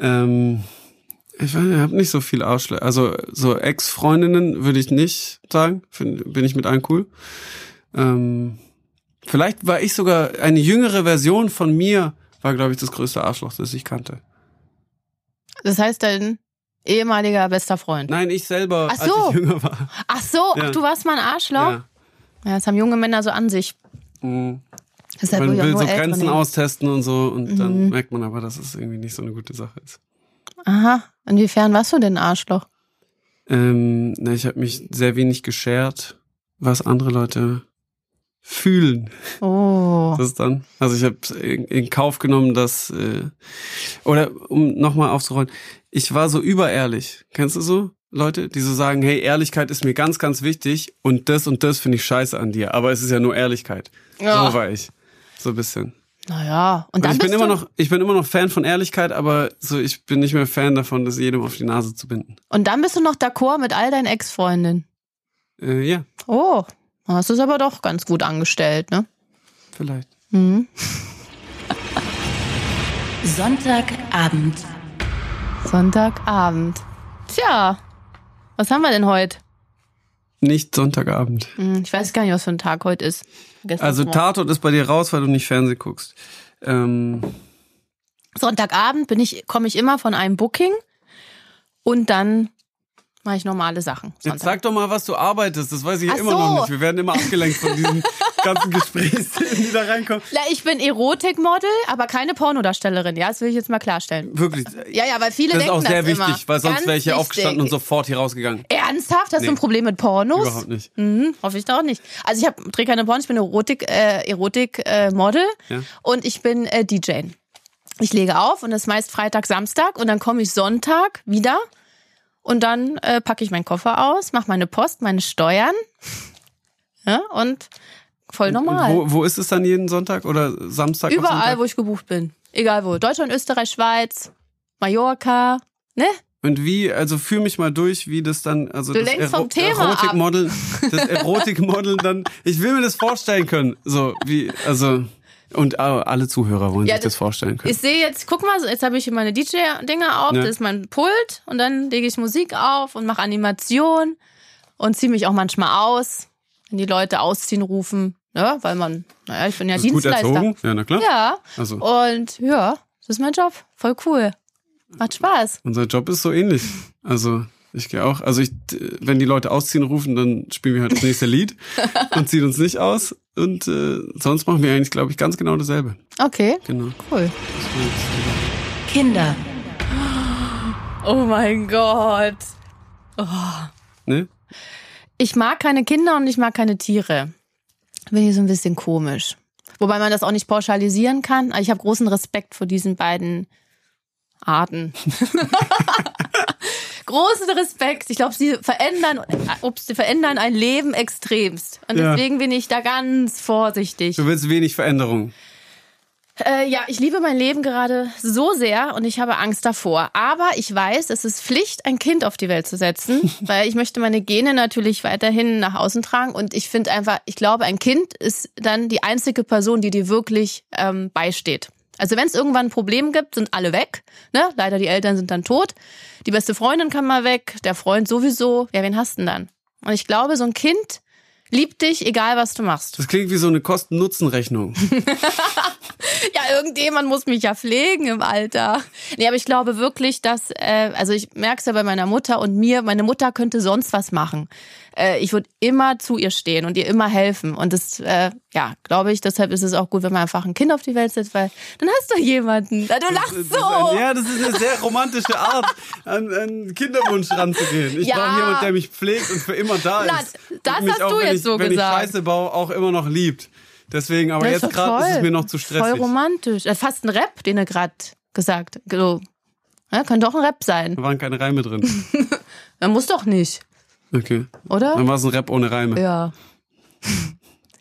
Speaker 3: Ähm, ich habe nicht so viel Arschlöcher. Also so Ex-Freundinnen würde ich nicht sagen. Find, bin ich mit allen cool. Ähm, vielleicht war ich sogar eine jüngere Version von mir war, glaube ich, das größte Arschloch, das ich kannte.
Speaker 2: Das heißt dein ehemaliger bester Freund.
Speaker 3: Nein, ich selber,
Speaker 2: Ach so.
Speaker 3: als ich jünger war.
Speaker 2: Ach so,
Speaker 3: Ja.
Speaker 2: ach, du warst mal ein Arschloch? Ja. das haben junge Männer so an sich.
Speaker 3: Mhm.
Speaker 2: Deshalb
Speaker 3: Man
Speaker 2: halt ja
Speaker 3: will
Speaker 2: nur
Speaker 3: so
Speaker 2: Ältere
Speaker 3: Grenzen
Speaker 2: nehmen. Mhm.
Speaker 3: austesten und so und dann merkt man aber, dass es irgendwie nicht so eine gute Sache ist.
Speaker 2: Aha. Inwiefern warst du denn ein Arschloch?
Speaker 3: Ähm, na, ich habe mich sehr wenig geschert, was andere Leute fühlen.
Speaker 2: Oh.
Speaker 3: Das dann. Also ich habe in, in Kauf genommen, dass äh, oder um nochmal aufzurollen, ich war so überehrlich. Kennst du so Leute, die so sagen, hey, Ehrlichkeit ist mir ganz, ganz wichtig und das und das finde ich scheiße an dir, aber es ist ja nur Ehrlichkeit.
Speaker 2: Ja.
Speaker 3: So war ich. So ein bisschen.
Speaker 2: Naja. Und dann
Speaker 3: Also ich bin
Speaker 2: bist
Speaker 3: immer
Speaker 2: du,
Speaker 3: noch, ich bin immer noch Fan von Ehrlichkeit, aber so ich bin nicht mehr Fan davon, das jedem auf die Nase zu binden.
Speaker 2: Und dann bist du noch d'accord mit all deinen Ex-Freundinnen.
Speaker 3: Äh, ja,
Speaker 2: Oh. Hast du es aber doch ganz gut angestellt, ne?
Speaker 3: vielleicht.
Speaker 1: Sonntagabend.
Speaker 2: Sonntagabend. Tja. Was haben wir denn heute?
Speaker 3: Nicht Sonntagabend.
Speaker 2: Hm, Ich weiß gar nicht, was für ein Tag heute ist. Gestern
Speaker 3: Also
Speaker 2: Morgen.
Speaker 3: Tatort ist bei dir raus, weil du nicht Fernsehen guckst. Ähm,
Speaker 2: Sonntagabend bin ich, komme ich immer von einem Booking und dann mache ich normale Sachen.
Speaker 3: jetzt
Speaker 2: Sonntag.
Speaker 3: sag doch mal, was du arbeitest. Das weiß ich
Speaker 2: Ach
Speaker 3: immer
Speaker 2: so.
Speaker 3: noch nicht. Wir werden immer abgelenkt von diesen ganzen Gesprächsthemen, die da reinkommen.
Speaker 2: Na, ich bin Erotikmodel, aber keine Pornodarstellerin. Ja, das will ich jetzt mal klarstellen.
Speaker 3: Wirklich.
Speaker 2: Ja, ja, weil viele
Speaker 3: das ist
Speaker 2: denken
Speaker 3: auch sehr
Speaker 2: das
Speaker 3: wichtig,
Speaker 2: immer.
Speaker 3: weil sonst
Speaker 2: Ganz
Speaker 3: wäre ich hier
Speaker 2: wichtig.
Speaker 3: aufgestanden und sofort hier rausgegangen.
Speaker 2: Ernsthaft? Hast
Speaker 3: Nee.
Speaker 2: du ein Problem mit Pornos?
Speaker 3: Überhaupt nicht.
Speaker 2: Mhm, hoffe ich doch nicht. Also ich hab, drehe keine Pornos, ich bin Erotik, äh, Erotik äh, Model
Speaker 3: Ja.
Speaker 2: und ich bin äh, DJ. Ich lege auf und das ist meist Freitag, Samstag und dann komme ich Sonntag wieder und dann äh, packe ich meinen Koffer aus, mache meine Post, meine Steuern ja, und voll normal.
Speaker 3: Wo, wo ist es dann jeden Sonntag oder Samstag? auf
Speaker 2: Überall,
Speaker 3: Sonntag?
Speaker 2: wo ich gebucht bin. Egal wo. Deutschland, Österreich, Schweiz, Mallorca, ne?
Speaker 3: Und wie, also führ mich mal durch, wie das dann, also
Speaker 2: Du
Speaker 3: das
Speaker 2: lenkst vom Thema ab.
Speaker 3: Erotikmodel, das Erotikmodel dann, ich will mir das vorstellen können. So, wie, also, und äh, alle Zuhörer wollen
Speaker 2: Ja,
Speaker 3: sich
Speaker 2: das
Speaker 3: das vorstellen können.
Speaker 2: Ich sehe jetzt, guck mal, so, jetzt habe ich hier meine DJ-Dinger auf,
Speaker 3: Ja.
Speaker 2: das ist mein Pult und dann lege ich Musik auf und mache Animation und ziehe mich auch manchmal aus, wenn die Leute ausziehen rufen, ne? weil man, naja, ich bin ja
Speaker 3: Das ist gut
Speaker 2: Dienstleister.
Speaker 3: erzogen, ja, na klar.
Speaker 2: Ja,
Speaker 3: Also,
Speaker 2: und ja, das ist mein Job, voll cool, macht Spaß.
Speaker 3: unser Job ist so ähnlich. Also, ich gehe auch, also ich, d- wenn die Leute ausziehen rufen, dann spielen wir halt das nächste Lied und ziehen uns nicht aus. Und äh, sonst machen wir eigentlich, glaube ich, ganz genau dasselbe.
Speaker 2: Okay,
Speaker 3: Genau.
Speaker 2: cool.
Speaker 1: Kinder.
Speaker 2: Oh mein Gott.
Speaker 3: Ne?
Speaker 2: Ich mag keine Kinder und ich mag keine Tiere. Bin ich so ein bisschen komisch. Wobei man das auch nicht pauschalisieren kann. Ich habe großen Respekt vor diesen beiden Arten. großen Respekt. Ich glaube, sie verändern, äh, ups, sie verändern ein Leben extremst. Und
Speaker 3: Ja.
Speaker 2: deswegen bin ich da ganz vorsichtig.
Speaker 3: Du willst wenig Veränderung.
Speaker 2: Äh, ja, ich liebe mein Leben gerade so sehr und ich habe Angst davor. Aber ich weiß, es ist Pflicht, ein Kind auf die Welt zu setzen, weil ich möchte meine Gene natürlich weiterhin nach außen tragen. Und ich finde einfach, ich glaube, ein Kind ist dann die einzige Person, die dir wirklich ähm, beisteht. Also wenn es irgendwann ein Problem gibt, sind alle weg. Ne? Leider die Eltern sind dann tot. Die beste Freundin kann mal weg, der Freund sowieso. Ja, wen hast du denn dann? Und ich glaube, so ein Kind liebt dich, egal was du machst.
Speaker 3: Das klingt wie so eine Kosten-Nutzen-Rechnung.
Speaker 2: Ja, irgendjemand muss mich ja pflegen im Alter. Nee, aber ich glaube wirklich, dass, äh, also ich merke es ja bei meiner Mutter und mir, meine Mutter könnte sonst was machen. Äh, ich würde immer zu ihr stehen und ihr immer helfen. Und das, äh, ja, glaube ich, deshalb ist es auch gut, wenn man einfach ein Kind auf die Welt setzt, weil dann hast du jemanden. Ja, Du
Speaker 3: Das
Speaker 2: lachst
Speaker 3: ist ein,
Speaker 2: so.
Speaker 3: ja, das ist eine sehr romantische Art, an einen Kinderwunsch ranzugehen. Ich
Speaker 2: Ja.
Speaker 3: brauche jemanden, der mich pflegt und für immer da
Speaker 2: Na,
Speaker 3: ist.
Speaker 2: das
Speaker 3: und mich
Speaker 2: hast
Speaker 3: auch,
Speaker 2: du
Speaker 3: wenn
Speaker 2: jetzt
Speaker 3: ich,
Speaker 2: so
Speaker 3: wenn
Speaker 2: gesagt.
Speaker 3: ich Scheiße baue, auch immer noch liebt. Deswegen, aber
Speaker 2: Das ist
Speaker 3: jetzt
Speaker 2: doch
Speaker 3: gerade ist es
Speaker 2: toll.
Speaker 3: mir noch zu
Speaker 2: Voll
Speaker 3: stressig.
Speaker 2: romantisch. Äh, Fast ein Rap, den er gerade gesagt so. ja, Könnte auch ein Rap sein.
Speaker 3: Da waren keine Reime drin.
Speaker 2: Er muss doch nicht,
Speaker 3: Okay.
Speaker 2: oder?
Speaker 3: Dann war es ein Rap ohne Reime.
Speaker 2: Ja.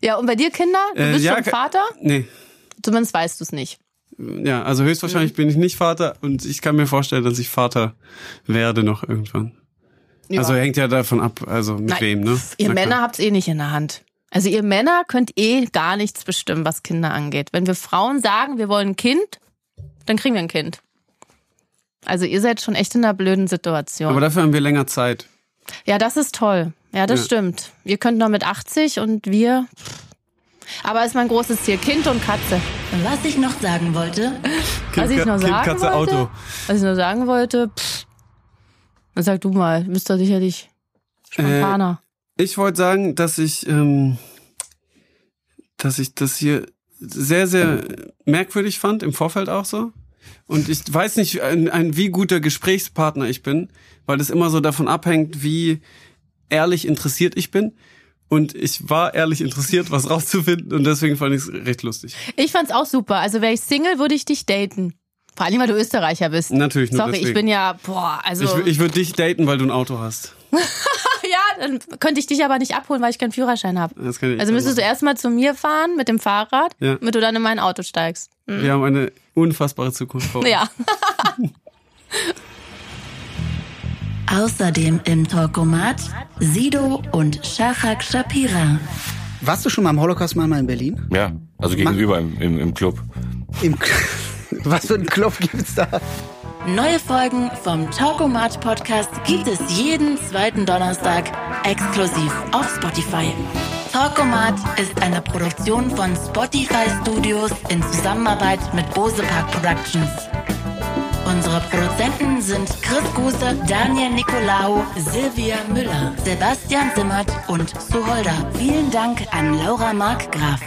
Speaker 2: Ja, und bei dir, Kinder? Du
Speaker 3: Äh,
Speaker 2: bist
Speaker 3: ja,
Speaker 2: schon
Speaker 3: ke-
Speaker 2: Vater?
Speaker 3: Nee.
Speaker 2: Zumindest weißt du es nicht.
Speaker 3: Ja, also
Speaker 2: Mhm.
Speaker 3: höchstwahrscheinlich bin ich nicht Vater und ich kann mir vorstellen, dass ich Vater werde noch irgendwann.
Speaker 2: Ja.
Speaker 3: Also hängt ja davon ab, also mit
Speaker 2: Nein,
Speaker 3: wem, ne?
Speaker 2: pf, Ihr
Speaker 3: Na klar.
Speaker 2: Männer habt's eh nicht in der Hand. Also ihr Männer könnt eh gar nichts bestimmen, was Kinder angeht. Wenn wir Frauen sagen, wir wollen ein Kind, dann kriegen wir ein Kind. Also ihr seid schon echt in einer blöden Situation.
Speaker 3: Aber dafür haben wir länger Zeit.
Speaker 2: Ja, das ist toll. Ja, das
Speaker 3: Ja.
Speaker 2: stimmt. Ihr könnt noch mit 80 und wir. Aber ist mein großes Ziel. Kind und Katze.
Speaker 1: Was ich noch sagen wollte,
Speaker 2: Was ich noch
Speaker 3: Kind,
Speaker 2: sagen
Speaker 3: Katze,
Speaker 2: wollte,
Speaker 3: Auto.
Speaker 2: Was ich noch sagen wollte, pff, dann sag du mal, du bist doch sicherlich Spontaner.
Speaker 3: Ich wollte sagen, dass ich, ähm, dass ich das hier sehr, sehr merkwürdig fand, im Vorfeld auch so. Und ich weiß nicht, ein, ein wie guter Gesprächspartner ich bin, weil das immer so davon abhängt, wie ehrlich interessiert ich bin. Und ich war ehrlich interessiert, was rauszufinden und deswegen fand ich es recht lustig.
Speaker 2: Ich fand's auch super. Also wäre ich Single, würde ich dich daten. Vor allem, weil du Österreicher bist.
Speaker 3: Natürlich, nur
Speaker 2: Sorry,
Speaker 3: deswegen.
Speaker 2: ich bin ja, boah, also.
Speaker 3: Ich, wür- ich würde dich daten, weil du ein Auto hast.
Speaker 2: ja, dann könnte ich dich aber nicht abholen, weil ich keinen Führerschein habe.
Speaker 3: Das kann ich
Speaker 2: Also müsstest du erstmal zu mir fahren mit dem Fahrrad,
Speaker 3: Ja.
Speaker 2: damit du dann in mein Auto steigst.
Speaker 3: Wir haben eine unfassbare Zukunft vor uns.
Speaker 2: mm. Ja.
Speaker 1: außerdem im Talkomat Sido und Shahak Shapira.
Speaker 4: Warst du schon mal am Holocaust-Mahnmal in Berlin?
Speaker 5: Ja, also gegenüber im, im, im Club.
Speaker 4: Im K- Was für ein Club gibt's da?
Speaker 1: Neue Folgen vom Talkomat Podcast gibt es jeden zweiten Donnerstag exklusiv auf Spotify. Talkomat ist eine Produktion von Spotify Studios in Zusammenarbeit mit Bosepark Productions. Unsere Produzenten sind Chris Guse, Daniel Nicolaou, Silvia Müller, Sebastian Simmert und Suholder. Vielen Dank an Laura Markgraf.